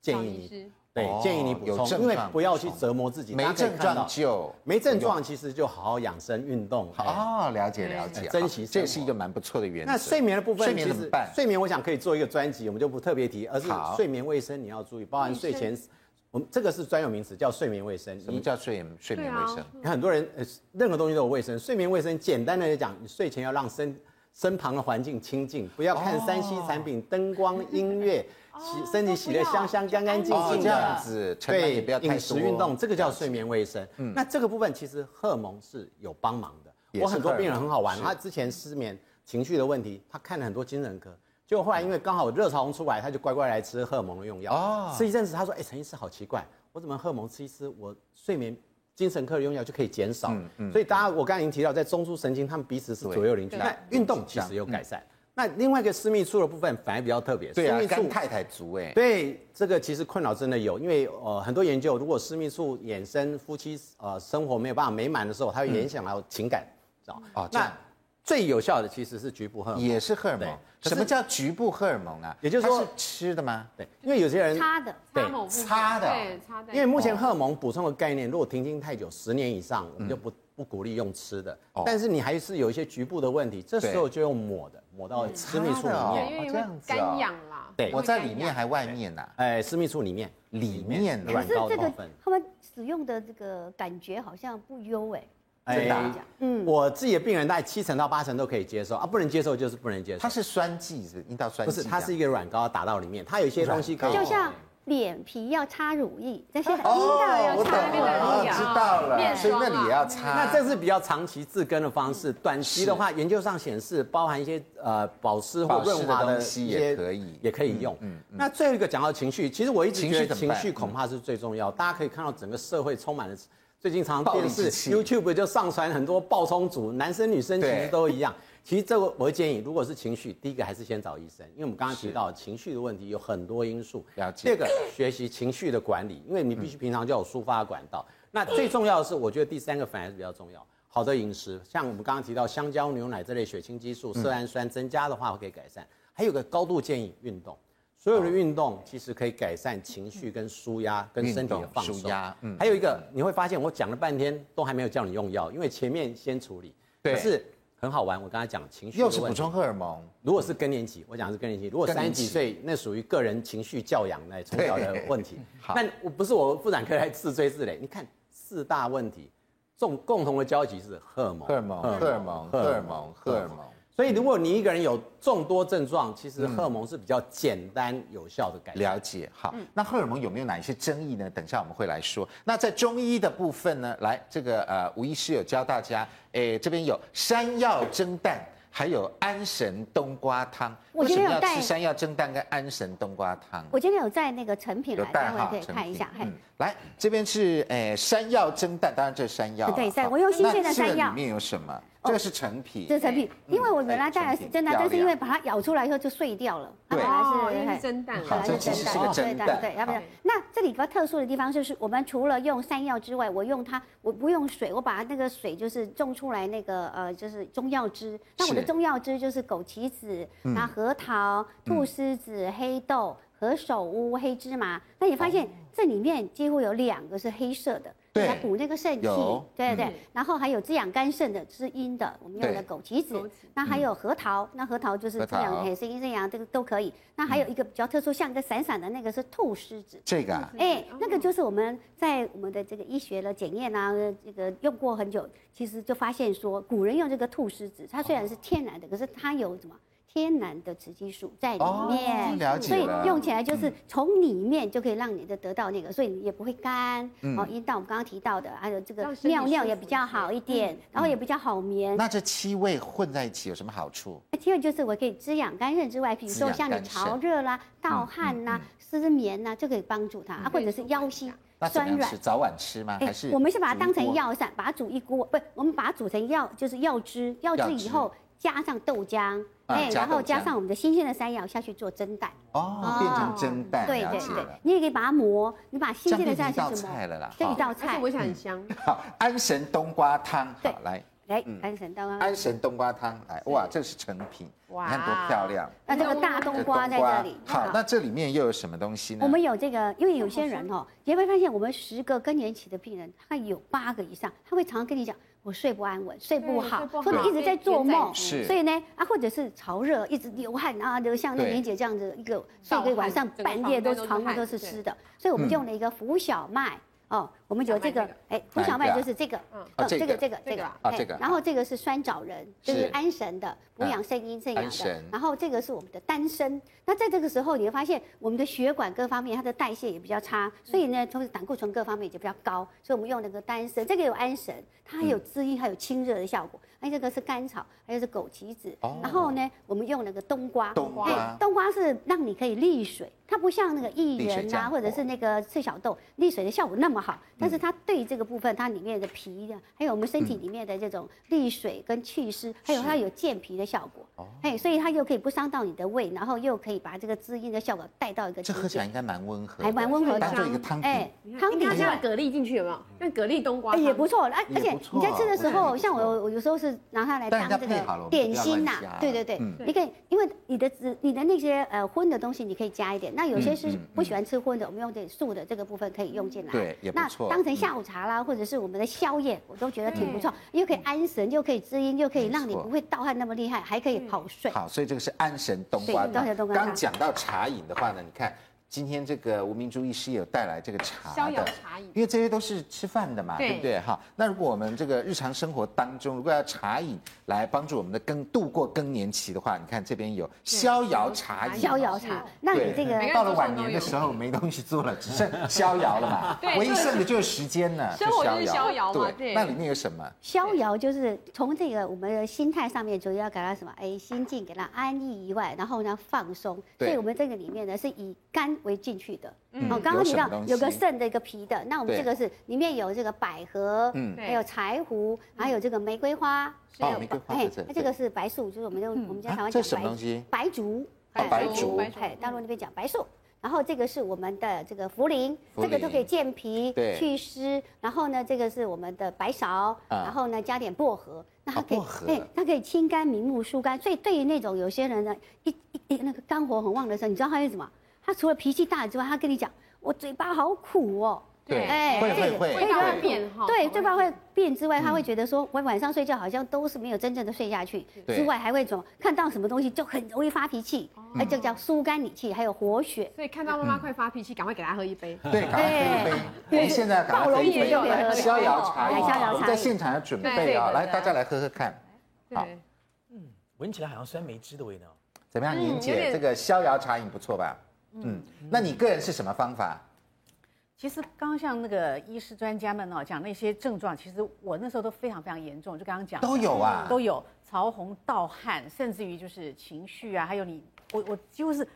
建议找医师你对哦建议你补有症充，因为状不要去补充折磨自己。没大家可以症看到状就没症状，其实就好好养生、运动。哎哦，了解了解，嗯哎珍惜好生这活是一个蛮不错的原则。那睡眠的部分，睡眠其怎么实办睡眠我想可以做一个专辑，我们就不特别提，而是好睡眠卫生你要注意，包含睡前，我们这个是专有名词，叫睡眠卫生。什么叫睡眠睡眠卫生？很多人呃，任何东西都有卫生，睡眠卫生简单的来讲，你睡前要让身身旁的环境清净，不要看三 C 产品、灯光、音乐，洗身体洗得香香、干干净哦，净这样的。子，承担对也不要，太饮食多嗯运动这个叫睡眠卫生。那这个部分其实荷尔蒙是有帮忙也的。是我很多病人很好玩，荷尔蒙他之前失眠、情绪的问题，他看了很多精神科，结果后来因为刚好热潮红出来，他就乖乖来吃荷尔蒙的用药。哦吃一阵子，他说：“哎、陈医师好奇怪，我怎么荷尔蒙吃一吃，我睡眠精神科的用药就可以减少？”嗯所以大家我刚才已经提到，在中枢神经，他们彼此是左右邻居。对嗯那运动其实有改善。那另外一个私密处的部分反而比较特别，对啊私，密处肝太太足哎，对，这个其实困扰真的有，因为呃很多研究，如果私密处衍生夫妻呃生活没有办法美满的时候，它会影响到情感，知道、哦这样那最有效的其实是局部荷尔蒙，也是荷尔蒙对。可是什么叫局部荷尔蒙啊？也就是说它是吃的吗？对，因为有些人擦的。对擦某部分擦的哦对，擦的，因为目前荷尔蒙补充的概念，如果停经太久，十年以上，我们就不、不鼓励用吃的。嗯哦但是你还是有一些局部的问题，这时候就用抹的，抹到私密处擦的里哦面，哦这对，因为会样子哦干痒啦，对会我在干里面痒还外面呐，哎、私密处里面，里面可软软是膏这的部个分。他们使用的这个感觉好像不优哎，真的啊嗯，我自己的病人大概七成到八成都可以接受啊，不能接受就是不能接受它。是酸剂是不是阴道酸不剂这是，样，它是一个软膏打到里面，它有一些东西可哦以。就像脸皮要擦乳液，那些阴道哦，要我懂擦那边的了，乳我液啊知道了，面所以霜啊那里也要擦。那这是比较长期治根的方式。短期的话，研究上显示包含一些呃保湿或保湿的润滑的东西一也些可以嗯也可以用。那最后一个讲到情绪，其实我一直情绪觉怎得么情办绪恐怕是最重要。大家可以看到整个社会充满了。最近常暴常力电视之气 YouTube 就上传很多暴冲族，男生女生其对实都一样。其实这个我会建议，如果是情绪，第一个还是先找医生，因为我们刚刚提到情绪的问题有很多因素。了解嗯第二个，学习情绪的管理，因为你必须平常就有抒发的管道。那最重要的是，我觉得第三个反而是比较重要。好的饮食，像我们刚刚提到香蕉、牛奶这类血清激嗯素、色氨酸增加的话，可以改善。还有个高度建议运动，所有哦的运动其实可以改善情绪跟舒压跟身体的放松嗯运动舒压。嗯还有一个你会发现，我讲了半天都还没有叫你用药，因为前面先处理。对可是很好玩，我刚才讲情绪的又是补问题充荷尔蒙，如果是更年期，我讲的是更年期，如果更三年十期几岁，那属于个人情绪教养来从小的问题。 [LAUGHS] 好那我不是我妇产科来自吹自擂，你看四大问题，共共同的交集是荷尔蒙。嗯荷尔蒙，荷尔蒙，荷尔蒙，荷尔蒙。所以如果你一个人有众多症状，其嗯实荷尔蒙是比较简单有效的改善。了解，好，嗯那荷尔蒙有没有哪一些争议呢？等一下我们会来说。那在中医的部分呢，来这个呃，吴医师有教大家，诶，这边有山药蒸蛋。还有安神冬瓜汤。我为今什天么有要带吃山药蒸蛋跟安神冬瓜汤？我今天有在那个成品有来，代待会号可以成看一品下。嘿，嗯，来这边是诶山药蒸蛋，当然这是山药啊。对山好我用新鲜的山药那这哦里面有什么？这个是陈皮。这是成品，因为我原来带哎来成是品真的，漂但是因亮为把它咬出来以后就碎掉了，它对本哦，因来为是是蒸蛋好了，这这其实是个蒸对蛋对，要不好然那这里比较特殊的地方就是，我们除了用山药之外，我用它，我不用水，我把它那个水就是种出来那个呃，就是中药汁。那我的是嗯中药汁就是枸杞子、拿核桃、菟丝子、黑豆、何首乌、黑芝麻。那你发现这里面几乎有两个是黑色的。哦对来补那个肾气有，嗯对对，然后还有滋养肝肾的，是阴的，我们用的对枸杞子，那还有核桃，那核桃就是嗯核滋养桃嗯黑肾、阴肾阳，这个都可以。那还有一个比较特殊，像一个闪闪的那个是菟丝子，这个啊，哎，那哦个就是我们在我们的这个医学的检验啊，这个用过很久，其实就发现说，古人用这个菟丝子，它虽然哦是天然的，可是它有什么天然的雌激素在里哦面，了解所以了嗯用起来就是从里面就可以让你的得到那个，所以你也不会干，嗯哦，阴道我们刚刚提到的，还有这让个身体尿尿舒也服比一较些好一嗯点，然后也比较好眠。那这七味混在一起有什么好处？那第二就是我可以滋养肝肾之外，比如滋说养嗯像你肝肾潮热啦、盗汗嗯啦、失眠啦，就可以帮助它啊，或者是腰膝那怎酸么样软吃？。早晚吃吗？还哎是我们是把它煮一当成锅药膳，把它煮一锅，不，我们把它煮成药，就是药汁，药药汁汁以后加上豆浆，啊哎，加然后豆加浆上我们的新鲜的山药下去做蒸蛋，哦，变成蒸蛋，对了对解对了，。你也可以把它磨，你把这新样鲜的变成一山药道下去菜磨，了啦。这一好道而且菜我，想很香，好，安神冬瓜汤，对好来，来，安神豆啊，安神冬瓜汤来，哇，这是成品，你看多漂亮。那这个大冬瓜在这里，好，那这里面又有什么东西呢？我们有这个，因为有些嗯人哦，你会发现我们十个更年期的病人，他有八个以上，他会常常跟你讲。我睡不安稳，睡对不好睡，不好或者一直在做梦，是所以呢，啊，或者是潮热，一直流汗啊，流像那对莲姐这样子，一个盗睡汗个晚上整个半夜床都单都是床汗褥都是对湿的，所以我们用了一个浮小麦哦，我们有这小个麦，哎，浮小哪一麦个啊就是这个，嗯哦呃这这个个这个这这个个啊，哦哎这个然后这个是酸枣仁，这是是安神的，补嗯养肾阴肾阳安的神，然后这个是我们的丹参。那在这个时候，你会发现我们的血管各方面它的代谢也比较差，所以呢，同时胆固醇各方面也就比较高，所以我们用那个丹参，这个有安神，它还有滋阴，还有清热的效果。哎，这个是甘草，还有是枸杞子哦，然后呢，我们用那个冬瓜，冬瓜哎冬瓜是让你可以利水，它不像那个利薏水哦嗯仁降啊，或者火是那个赤小豆利水的效果那么好，但是它对这个部分，它里面的皮的，还有我们嗯身体里面的这种利水跟祛湿，还有它有健脾的效哦果，哎，所以它又可以不伤到你的胃，然后又可以把这个滋阴的效果带到一个这极喝起来点，应该蛮温和的，哎还蛮温和的当做一个汤哎品。，汤你底看是加了蛤蜊进去有没有？像蛤蜊冬瓜哎汤也不错，而也而且不错你在吃的时我觉得也不错候，像我我有时候是拿它来但人当家这配好了我个们就点心不要乱加呐，对对对嗯，你可以因为你的只你的那些呃荤的东西你可以加一点，那有嗯些是不喜欢吃荤的，我们用点素的这个部分可以用进来，对也不那错嗯当成下午茶啦，或者是我们的宵夜，我都觉得挺不错，又可以安神，又可以滋阴，又可以让你没错不会盗汗那么厉害，还可以好睡。好，所以这个是安神冬瓜对安汤。神冬瓜汤刚讲到茶饮的话呢，你看今天这个吴明珠医师有带来这个茶逍遥的，茶饮。因为这些都是吃饭的嘛，对对不对？哈，那如果我们这个日常生活当中，如果要茶饮来帮助我们的更度过更年期的话，你看这边有逍遥茶饮，逍遥茶，让你这个每个人到了晚年的时候没东西做了，只剩逍遥了嘛。 [LAUGHS] 对唯一剩的就是时间了，生活就是逍遥嘛对对，那里面有什么？逍遥就是从这个我们的心态上面，主要给他什么？哎，心境给他安逸以外，然后呢放松。对所以我们这个里面呢是以肝为进去的。嗯哦，刚刚提有什么到东西有个肾的一个脾的，那我们对这个是里面有这个百合，嗯还有柴胡，还有这个玫瑰花，哦还有玫瑰花在哎这那这个是白术，就是我们用我们家啊台湾这讲是什么白东西白哦术，哎白术白术哎，大陆那边讲白术。然后这个是我们的这个茯苓，茯这个苓都可以健脾对祛湿。然后呢，这个是我们的白芍，啊然后呢加点薄荷，那它啊可以薄荷对它可以清肝明目疏肝，所以对于那种有些人呢，一一一那个肝火很旺的时候，你知道他是什么？他除了脾气大之外，他跟你讲我嘴巴好苦哦，对哎会会对会对味道对会变哈对，嘴巴会变之外，他嗯会觉得说我晚上睡觉好像都是没有真正的睡下去，对之外还会怎么看到什么东西就很容易发脾气，嗯哎，这叫疏肝理气，还有活血。所以看到妈妈快发脾气，赶快给她喝一杯。对，赶快喝一杯。我们现在赶快喝一杯哎暴龙也有逍遥茶饮来哎逍遥茶饮我们在现场要准备对啊，对来对大家来喝喝看，好对，闻起来好像酸梅汁的味道。怎么样？嗯莹有姐点嗯这个逍遥茶饮不错吧？嗯，那你个人是什么方法？其实刚刚像那个医师专家们哦讲那些症状，其实我那时候都非常非常严重，就刚刚讲的都有啊嗯都有潮红、盗汗，甚至于就是情绪啊，还有你我我几乎是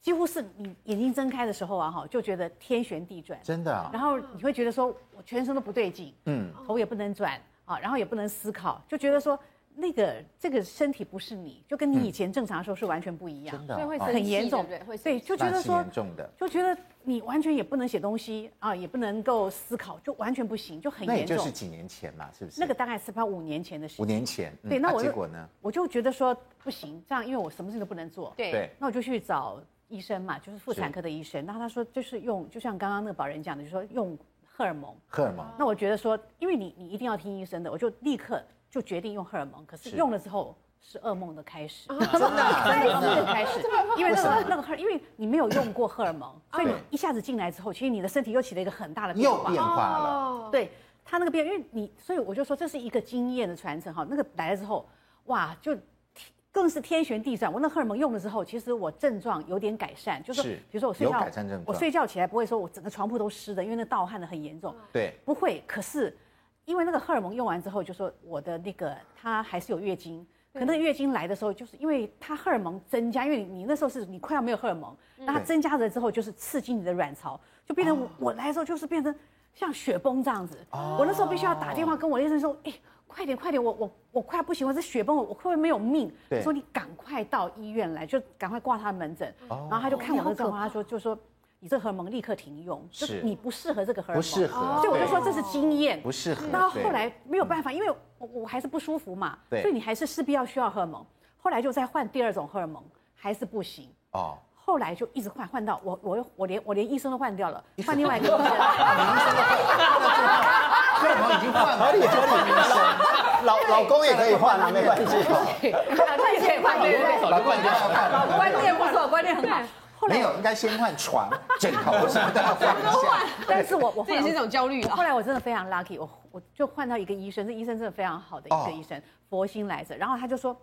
几乎是你眼睛睁开的时候啊哈，就觉得天旋地转，真的啊然后你会觉得说我全身都不对劲，嗯，头也不能转啊，然后也不能思考，就觉得说。那个这个身体不是你，就跟你以前正常的时候是完全不一样，嗯真的所以会生啊气很严重，对不对会生对，气就觉得那是说严重的，就觉得你完全也不能写东西啊，也不能够思考，就完全不行，就很那也严就重。是几年前嘛，是不是？那个大概是他五年前的事五情。年前，嗯对，那啊我就结果呢？我就觉得说不行，这样因为我什么事情都不能做。对对那我就去找医生嘛，就是妇产是科的医生。然后他说就是用，就像刚刚那个宝人讲的，就说用荷尔蒙。荷尔蒙那我觉得说，因为你你一定要听医生的，我就立刻就决定用荷尔蒙。可是是用了之后是噩梦的开始，真真的 [LAUGHS] 啊噩梦的开始，因为为那什么啊个那个荷尔，因为你没有用过荷尔蒙，所以你对一下子进来之后，其实你的身体又起了一个很大的变又化变。化了，哦，对，它那个变，因为你，所以我就说这是一个经验的传承哈。那个来了之后，哇，就天更是天旋地转。我那荷尔蒙用了之后，其实我症状有点改善，就是说是比如说我睡有觉，改善症状我睡觉起来不会说我整个床铺都湿的，因为那盗汗的很严重。对，不会，可是因为那个荷尔蒙用完之后，就说我的那个它还是有月经，可那个月经来的时候，就是因为它荷尔蒙增加，因为你那时候是你快要没有荷尔蒙，那它嗯对哦增加了之后就是刺激你的卵巢，就变成我,、我来的时候就是变成像雪崩这样子。我那时候必须要打电话跟我的医生说，哎。快点，快点！我我我快不行，我这雪崩，我我会不会没有命？对说你赶快到医院来，就赶快挂他的门诊。哦然后他就看我的状况，他说就说你这荷尔蒙立刻停用，就是你不适合这个荷尔不蒙，适哦合，所以我对就说这是经验，不适合然后对后来没有办法，因为我我还是不舒服嘛，对所以你还是势必要需要荷尔蒙。后来就再换第二种荷尔蒙，还是不行。哦，后来就一直换，换到我我又我连我连医生都换掉了，换另外一个医 [LAUGHS] 生。荷尔哦蒙已经换了，合理合理，老老公也可以换啊，没关系。老公也可以换，对对对，老公已经换了，观念不错，观念很好。后没来，有，应该先换床、枕头什么 [LAUGHS] 的换一下，但是我我后这也来是一种焦虑后啊。来我真的非常 lucky，我我就换到一个医生，这医生真的非常好的一哦个医生，佛心来着。然后他就说，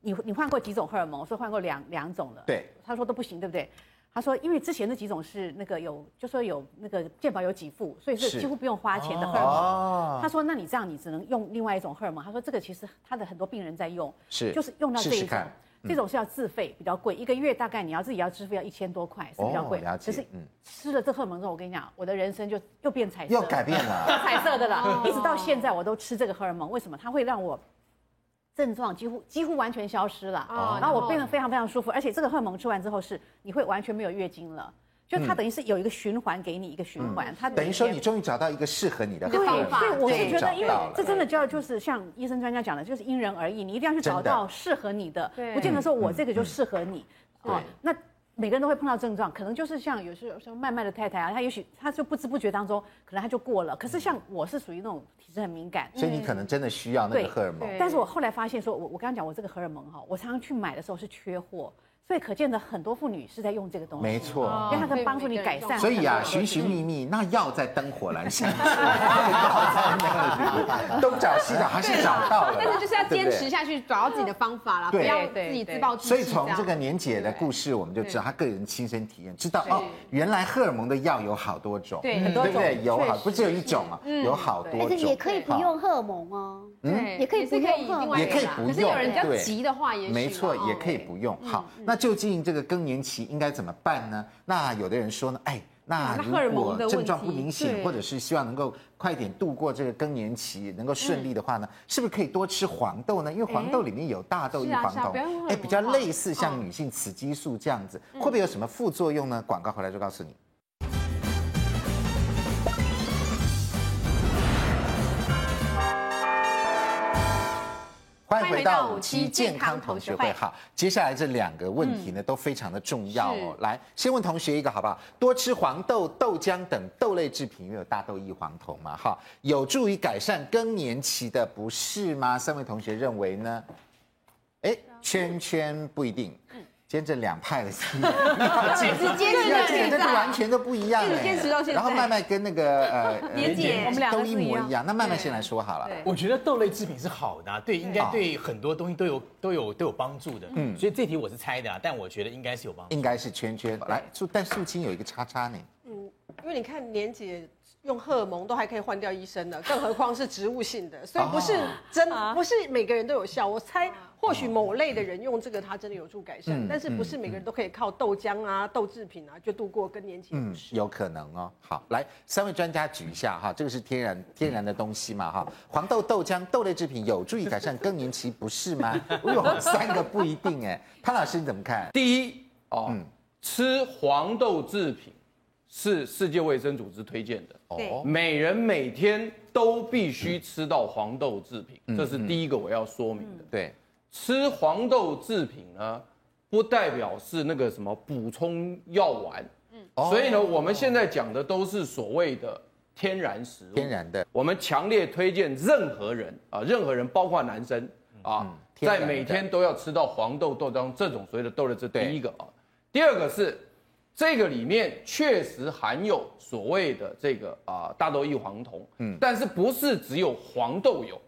你你换过几种荷尔蒙？我说换过两两种了。对，他说都不行，对不对？他说因为之前那几种是那个有，就说有那个健保有给付，所以是啊是几乎不用花钱的荷尔蒙。哦他说那你这样你只能用另外一种荷尔蒙。他说这个其实他的很多病人在用，是就是用到这试一试种看。嗯这种是要自费，比较贵，一个月大概你要自己要支付要一千多块，是比较哦贵。了解可是嗯吃了这荷尔蒙之后，我跟你讲，我的人生就又变彩色，又改变了。彩色的了，一直到现在我都吃这个荷尔蒙，为什么？它会让我症状几乎几乎完全消失了，哦然后我变得非常非常舒服，而且这个荷尔蒙吃完之后是你会完全没有月经了，就它等于是有一个循环给你一个循环，它嗯等于说每你天。终于找到一个适合你的对，方法，所以我是终于觉找得，因为到了这真的就要就是像医生专家讲的，就是因人而异，你一定要去找真的到适合你的对，不见得说我这个就适合你。嗯哦对，那每个人都会碰到症状，可能就是像有时候像慢慢的太太啊，她也许她就不知不觉当中，可能她就过了。可是像我是属于那种体质很敏感，嗯所以你可能真的需要那对个荷尔蒙对。但是我后来发现说，我我刚刚讲我这个荷尔蒙哈，我常常去买的时候是缺货，所以可见的很多妇女是在用这个东西，没错因为它可以帮助你改善。所以 [LAUGHS] 啊，寻寻觅觅，那药在灯火阑珊 [LAUGHS] 处，药在那里，东找西找，还是找到了。但是就是要对坚不对持下去，找到自己的方法啦，不对要对自己自对暴自弃。所以从这个年姐的故事，事，我们就知道她个人亲身体验，知道哦，原来荷尔蒙的药有好多种，对不很多对？种有确好实不只有一种啊，有好嗯多但种是。哎也可以不用荷尔蒙哦。对也可以是不用可以另外也可以啦不可是有用人比较对急的话，也许没错，啦也可以。哦不用。好，那究竟这个更年期应该怎么办呢？那有的人说呢，哎，那那荷尔如蒙果的问题症状不明显，对或者是希望能够快点度过这个更年期，能够顺利的话呢，是不是可以多吃黄豆呢？因为黄豆里面有大豆异嗯哎是啊黄是啊酮不要用荷尔，哎，蒙比较哈类似嗯像女性雌激素这样子，会不会有什么副作用呢？广告回来就告诉你。欢迎回到五期健康同学会。好，接下来这两个问题呢，都非常的重要哦。来，先问同学一个好不好？多吃黄豆、豆浆等豆类制品，因为有大豆异黄酮嘛，哈，有助于改善更年期的不适吗？三位同学认为呢？哎，圈圈不一定。今天这两派的 [LAUGHS] 直接对啊，这个完全都不一样一直哎坚持到现在然后麦麦跟那个 [LAUGHS] 呃，呃莲姐我们两个都是一一模样一样。那麦麦先来说好了，我觉得豆类制品是好的、啊，对，应该对很多东西都有都有都有帮助的。嗯，所以这题我是猜的啊，但我觉得应该是有帮助。应该是圈圈来。素但素清有一个叉叉呢，因为你看年姐用荷尔蒙都还可以换掉医生的，更何况是植物性的，所以不是真、不是每个人都有效。我猜或许某类的人用这个，它真的有助改善，但是不是每个人都可以靠豆浆啊、豆制品啊就度过更年期的不适。嗯有可能哦。好，来，三位专家举一下哈，这个是天然天然的东西嘛哈，黄豆、豆浆、豆类制品有助于改善更年期，不是 [LAUGHS] 吗？有三个不一定哎，潘老师你怎么看？第一哦，嗯吃黄豆制品是世界卫生组织推荐的，对哦每人每天都必须吃到黄豆制品，嗯这是第一个我要说明的。对，吃黄豆制品呢，不代表是那个什么补充药丸，哦所以呢，我们现在讲的都是所谓的天然食物，天然的我们强烈推荐任何人啊，任何人包括男生啊，嗯天然的在每天都要吃到黄豆豆浆这种所谓的豆类，这对第一个啊。第二个是这个里面确实含有所谓的这个啊大豆异黄酮，嗯，但是不是只有黄豆有，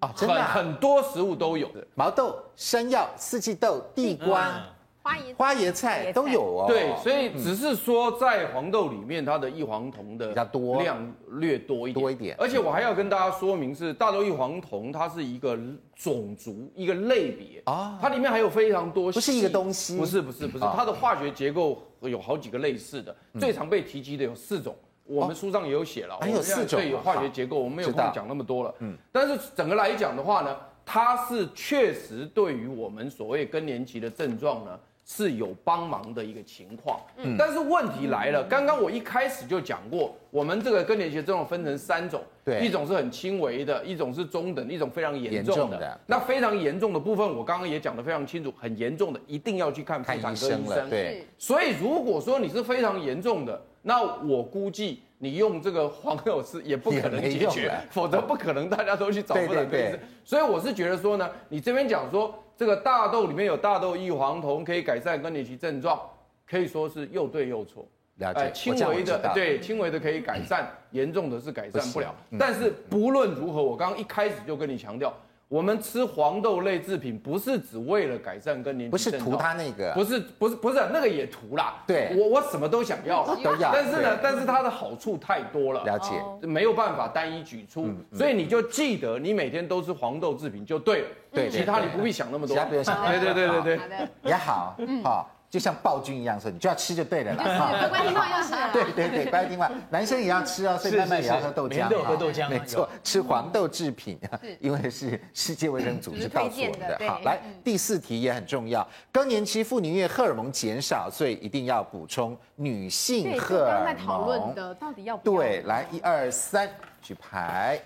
哦，真很的啊、很多食物都有。毛豆、山药、四季豆、地瓜、花嗯椰花椰菜都有哦。对，所以只是说在黄豆里面，它的异黄酮的比较多量略多一点，多一点而且我还要跟大家说明是，大豆异黄酮它是一个种族、一个类别啊啊，它里面还有非常多细，不是一个东西不是不是不是啊，嗯它的化学结构有好几个类似的，最常被提及的有四种。我们书上也有写了，还有我们现在四种啊对有化学结构，我们没有知空道讲那么多了。嗯，但是整个来讲的话呢，它是确实对于我们所谓更年期的症状呢是有帮忙的一个情况。嗯，但是问题来了，刚刚我一开始就讲过，我们这个更年期的症状分成三种，对一种是很轻微的，一种是中等，一种非常严重的。严重的那非常严重的部分，我刚刚也讲得非常清楚，很严重的一定要去看妇看产科医医生生了，对。所以如果说你是非常严重的，那我估计你用这个黄药师也不可能也没解用决了，否则不可能大家都去找对妇 [LAUGHS] 产科对医对生。所以我是觉得说呢，你这边讲说这个大豆里面有大豆异黄酮，可以改善更年期症状，可以说是又对又错。了解哎，轻我微这样我知道的对轻微的可以改善，严重的是改善不了不行。嗯但是不论如何，我刚刚一开始就跟你强调，我们吃黄豆类制品不是只为了改善更年不期是症状，图它那个，不是不是不是那个也涂啦，啊对我我什么都想要啦，都要但是呢对，但是它的好处太多了，了解，嗯没有办法单一举出，所以你就记得你每天都吃黄豆制品就对了，对其他你不必想那么多，其他不用想对对对对对好。的，也好，好，就像暴君一样嗯说，你就要吃就对了啦。乖哈乖听话就是了。对对对，乖听话，男生也要吃哦，所以是慢慢是也要是喝豆浆每啊，天都有喝豆浆啊没错有，吃黄豆制品，啊 [LAUGHS] 因为是世界卫生组织告诉我推荐的们的。对好，来第四题也很重要，更年期妇女因为荷尔蒙减少，所以一定要补充女性对，荷刚刚在尔讨论蒙。的到底要不要？对，来一二三，举牌，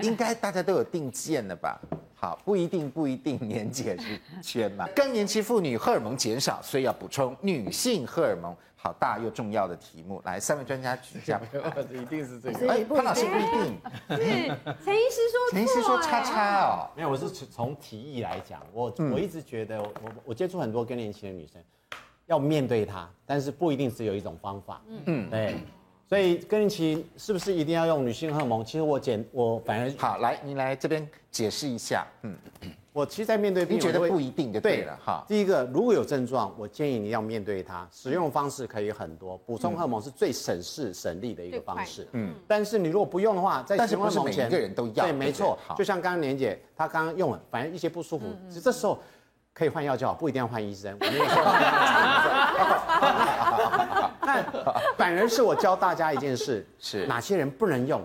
应该大家都有定见了吧？好，不一定，不一定，年纪也是圈 [LAUGHS] 嘛。更年期妇女荷尔蒙减少，所以要补充女性荷尔蒙。好大又重要的题目，来，三位专家举一 [LAUGHS] 下牌。一定啊是这个。哎，潘老师不一 [LAUGHS] 定，是陈医师说错，陈医师说叉叉哦，没有，我是从提议来讲，我、嗯我一直觉得我我我接触很多更年期的女生，要面对她，但是不一定只有一种方法。嗯，对，所以更年期是不是一定要用女性荷尔蒙？其实我简我反而好，来，你来这边解释一下。嗯，我其实，在面对病你人觉得我会不一定就对了哈。第一个，如果有症状，我建议你要面对它。使用方式可以很多，补嗯充荷尔蒙是最省事省力的一个方式。嗯，但是你如果不用的话，在但是使用荷尔不蒙是每前，一个人都要对，没对错不对好。嗯就像刚刚莲姐，她刚刚用了，反正一些不舒服，其实这时候可以换药就好，不一定要换医生。[LAUGHS] 我没有说那反而是我教大家一件事，是哪些人不能用。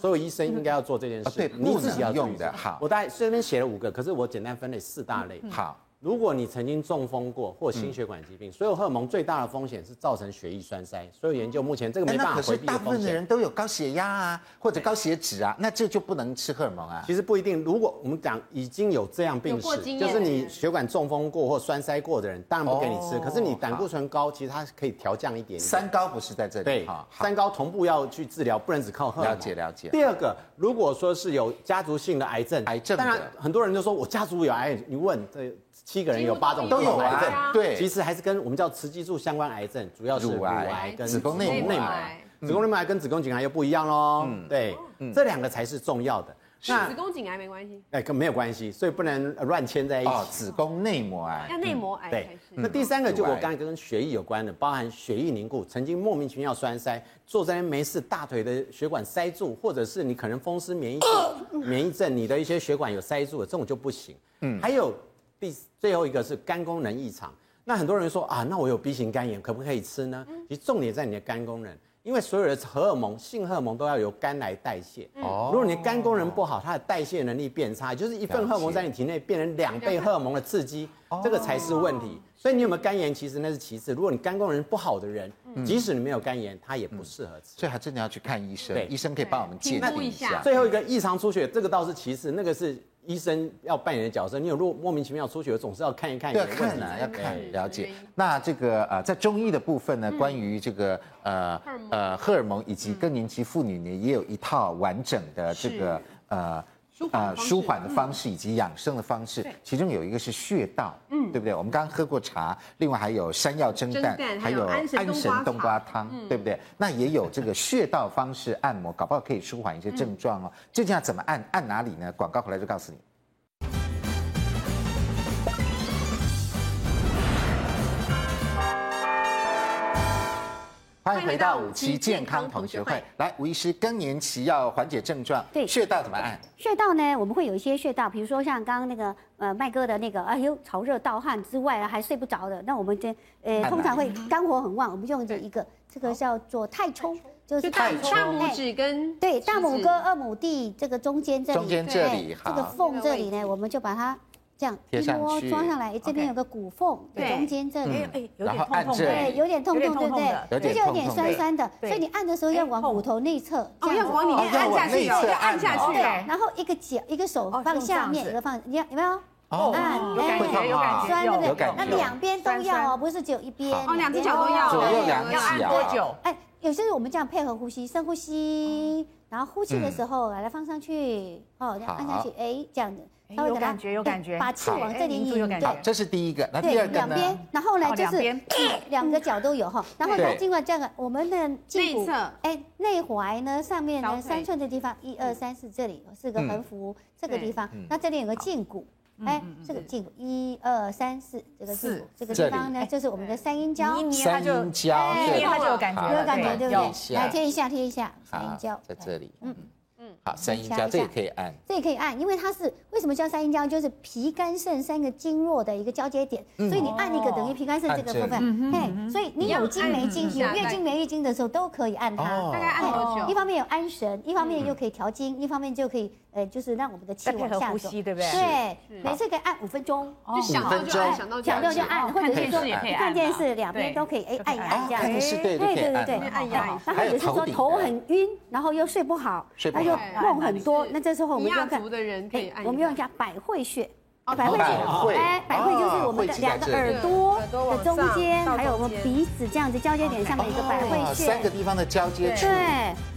所有医生应该要做这件啊事，对你自己要不能注意用的好嗯我大概这边写了五个，可是我简单分类四大类。好，嗯如果你曾经中风过或心血管疾病，所有荷尔蒙最大的风险是造成血液栓塞。所有研究目前这个哎没那办可法是回避大的部风分的险。人都有高血压啊，或者高血脂啊，那这就不能吃荷尔蒙啊。其实不一定，如果我们讲已经有这样病有过史，经验就的是你血管中风过或栓塞过的人，当然不给你吃。哦可是你胆固醇高，其实它可以调降一点点。三高不是在这里对哈，，好三高同步要去治疗，不能只靠荷尔蒙。了解了解第二个，如果说是有家族性的癌症，癌症的当然很多人就说我家族有癌，你问这七个人有八种都有癌症啊，，对，其实还是跟我们叫雌激素相关癌症，主要是乳乳癌癌跟子宫内膜膜癌嗯子宫内膜癌跟子宫颈癌又不一样喽。对，这两个才是重要的。那子宫颈癌没关系，哎，跟没有关系，所以不能乱牵在一起。哦，子宫内膜癌哎要内膜癌才对哎是，。那第三个就阻我碍刚才跟血液有关的，包含血液凝固，曾经莫名其妙栓塞，坐在那边没事，大腿的血管塞住，或者是你可能风湿免疫症、免疫症，你的一些血管有塞住了，这种就不行。嗯，还有第最后一个是肝功能异常，那很多人说啊，那我有 B 型肝炎，可不可以吃呢？其实重点在你的肝功能，因为所有的荷尔蒙、性荷尔蒙都要由肝来代谢。哦，如果你的肝功能不好，它的代谢能力变差，也就是一份荷尔蒙在你体内变成两倍荷尔蒙的刺激，哦这个才是问题。所以你有没有肝炎，其实那是其次。如果你肝功能不好的人，嗯即使你没有肝炎，它也不适合吃。所以还真的要去看医生对，医生可以帮我们鉴评估定一一下下。最后一个异常出血，这个倒是其次，那个是医生要扮演的角色。你有若莫名其妙出血，总是要看一看有要没有问看题啊，要看对了解原因。那这个呃，在中医的部分呢，关于这个呃荷尔蒙嗯呃荷尔蒙以及更年期妇女呢，也有一套完整的这个呃。舒缓的方式嗯舒缓的方式以及养生的方式，其中有一个是穴道，嗯，对不对？我们刚刚喝过茶，另外还有山药蒸蛋蒸蛋，还还有有安神安神冬冬瓜嗯瓜汤，对不对？那也有这个穴道方式按摩，搞不好可以舒缓一嗯些症状哦。究竟要怎么按，按哪里呢？广告回来就告诉你。欢迎回到五期健康同学会。来，吴医师，更年期要缓解症状，对穴道怎么按？穴道呢，我们会有一些穴道，比如说像刚刚那个呃麦哥的那个，哎呦潮热盗汗之外啊还睡不着的，那我们这呃按通常会肝火很旺，我们用这一个，这个叫做太冲，就是就大太大拇指跟对，大拇食指哥、二拇弟这个中间这里，中间这里对好这个缝这里这个位呢，置我们就把它这样贴一上摸去抓上来，哎诶这边 OK 有个骨缝，对中间这里哎。哎，嗯有然点后痛痛按这的，里对，有点痛有点痛，对痛不痛对的？有这点就有点痛痛酸的酸的，对哎所以你按的时候要往骨头内侧，这哦样要往里面哦按下去，要往内侧要按下按去对哦。然后一个脚一个手哦放下面，这种这样子一个放，你看有没有？哦按有感会觉痛有啊感酸觉，对不对有感觉那两边都酸要哦，酸不是只有一边。好哦两只边脚都要左右两脚啊脚要按多久？哎，有些时候我们这样配合呼吸，深呼嗯吸，然后呼气的时候把它放上去，哦，这样按下去，哎，这样子，哎稍微有给它感觉有感觉把气好往哎这里凝引，住有感觉好，这是第一个。那第对，二个两呢？边，然后呢哦就两是边嗯两个脚都有哈，然后对它尽管这样，我们的胫内骨侧，哎，内踝呢上面小腿呢三寸的地方，一二三四，这里有四个嗯横幅，这个地方，那这里有个胫骨。哎，这个胫骨一二三四，这个胫四骨这个这地里方呢，就是我们的三阴交你一，捏它三就阴交，哎捏对它就有感觉好了，有感觉对不要对？来贴一下，贴一下，三阴交好，在这里。嗯嗯嗯，好，三阴想交一下这也可以按。这也可以按，因为它是为什么叫三阴交，就是脾肝肾三个经络的一个交接点，所以你按一个等于脾肝肾这个部嗯按嗯分，嘿，所以你有经没经、一样有按一下月经没月经的时候都可以按哦它。大概按多久一？方面有安神，一方面又可以调经，一方面就可以呃，就是让我们的气再配往合下呼走。吸，对不对？对，每次可以按五分钟，就想到就按，想到就想按到就按，啊或者是电说视也可以哦看电视两边对都可以，哎，按一按啊，这样看子电。视对就可对以对对按对，了。按一按一下然后有些时候还有头顶的头很晕，然后又睡不好，睡不那好就梦很多。那这时候我一们就样要看哎族的人可以按一下，我们用一下百会穴。哦百会穴百会哎，百会就是我们的两个耳朵的中间，还有我们鼻子这样子交接点上面一个百哦会穴。三个地方的交接处对，，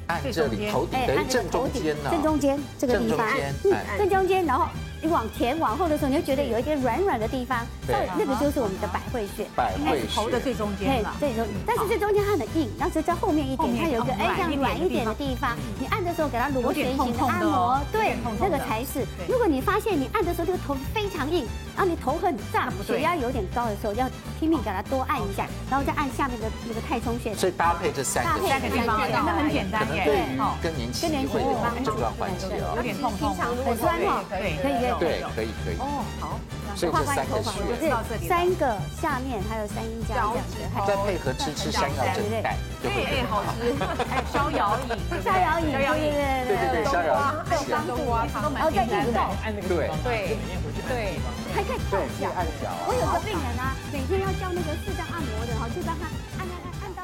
按这里头顶哎，等于按这正个头中顶间啊呢，正中间这个地方，嗯正中间哎正中间，然后你往前往后的时候，你就觉得有一些软软的地方，嗯对稍微那个就是我们的百会穴。百会穴哎头的最中间对了，，嗯这种，但是这中间它很硬，但是在后面一后点，面它有一个哦哎软这一样点软一点的的地方，你按的时候给它哦有螺点旋痛形的痛按的哦摩，有对点痛，那痛的个才是对。如果你发现你按的时候这个头非常硬，然后你头很啊胀，血压有点高的时候，要拼命给它多按一哦下，然后再按下面的那个太冲穴。所以搭配这三搭个穴配三个地方，那很简可单能耶，对于哦更年期更年期会有有帮助症状缓解哦。有点痛痛平常如的，果很酸哦对可以可以对，可以可以。哦，好，所以这三个就穴，是三个下面还有三阴交这样子，再配合吃吃山药蒸蛋，就会哎哎，好吃，还有逍遥饮，逍遥饮，逍对遥饮，对对对对，逍遥还有帮助啊，都然后蛮简再单的运动，，按那个地方，对就每天回去按那个地方。还可以泡脚。按脚啊我有个病人啊，每天要叫那个四张按摩的，哈，就帮他按按按按到。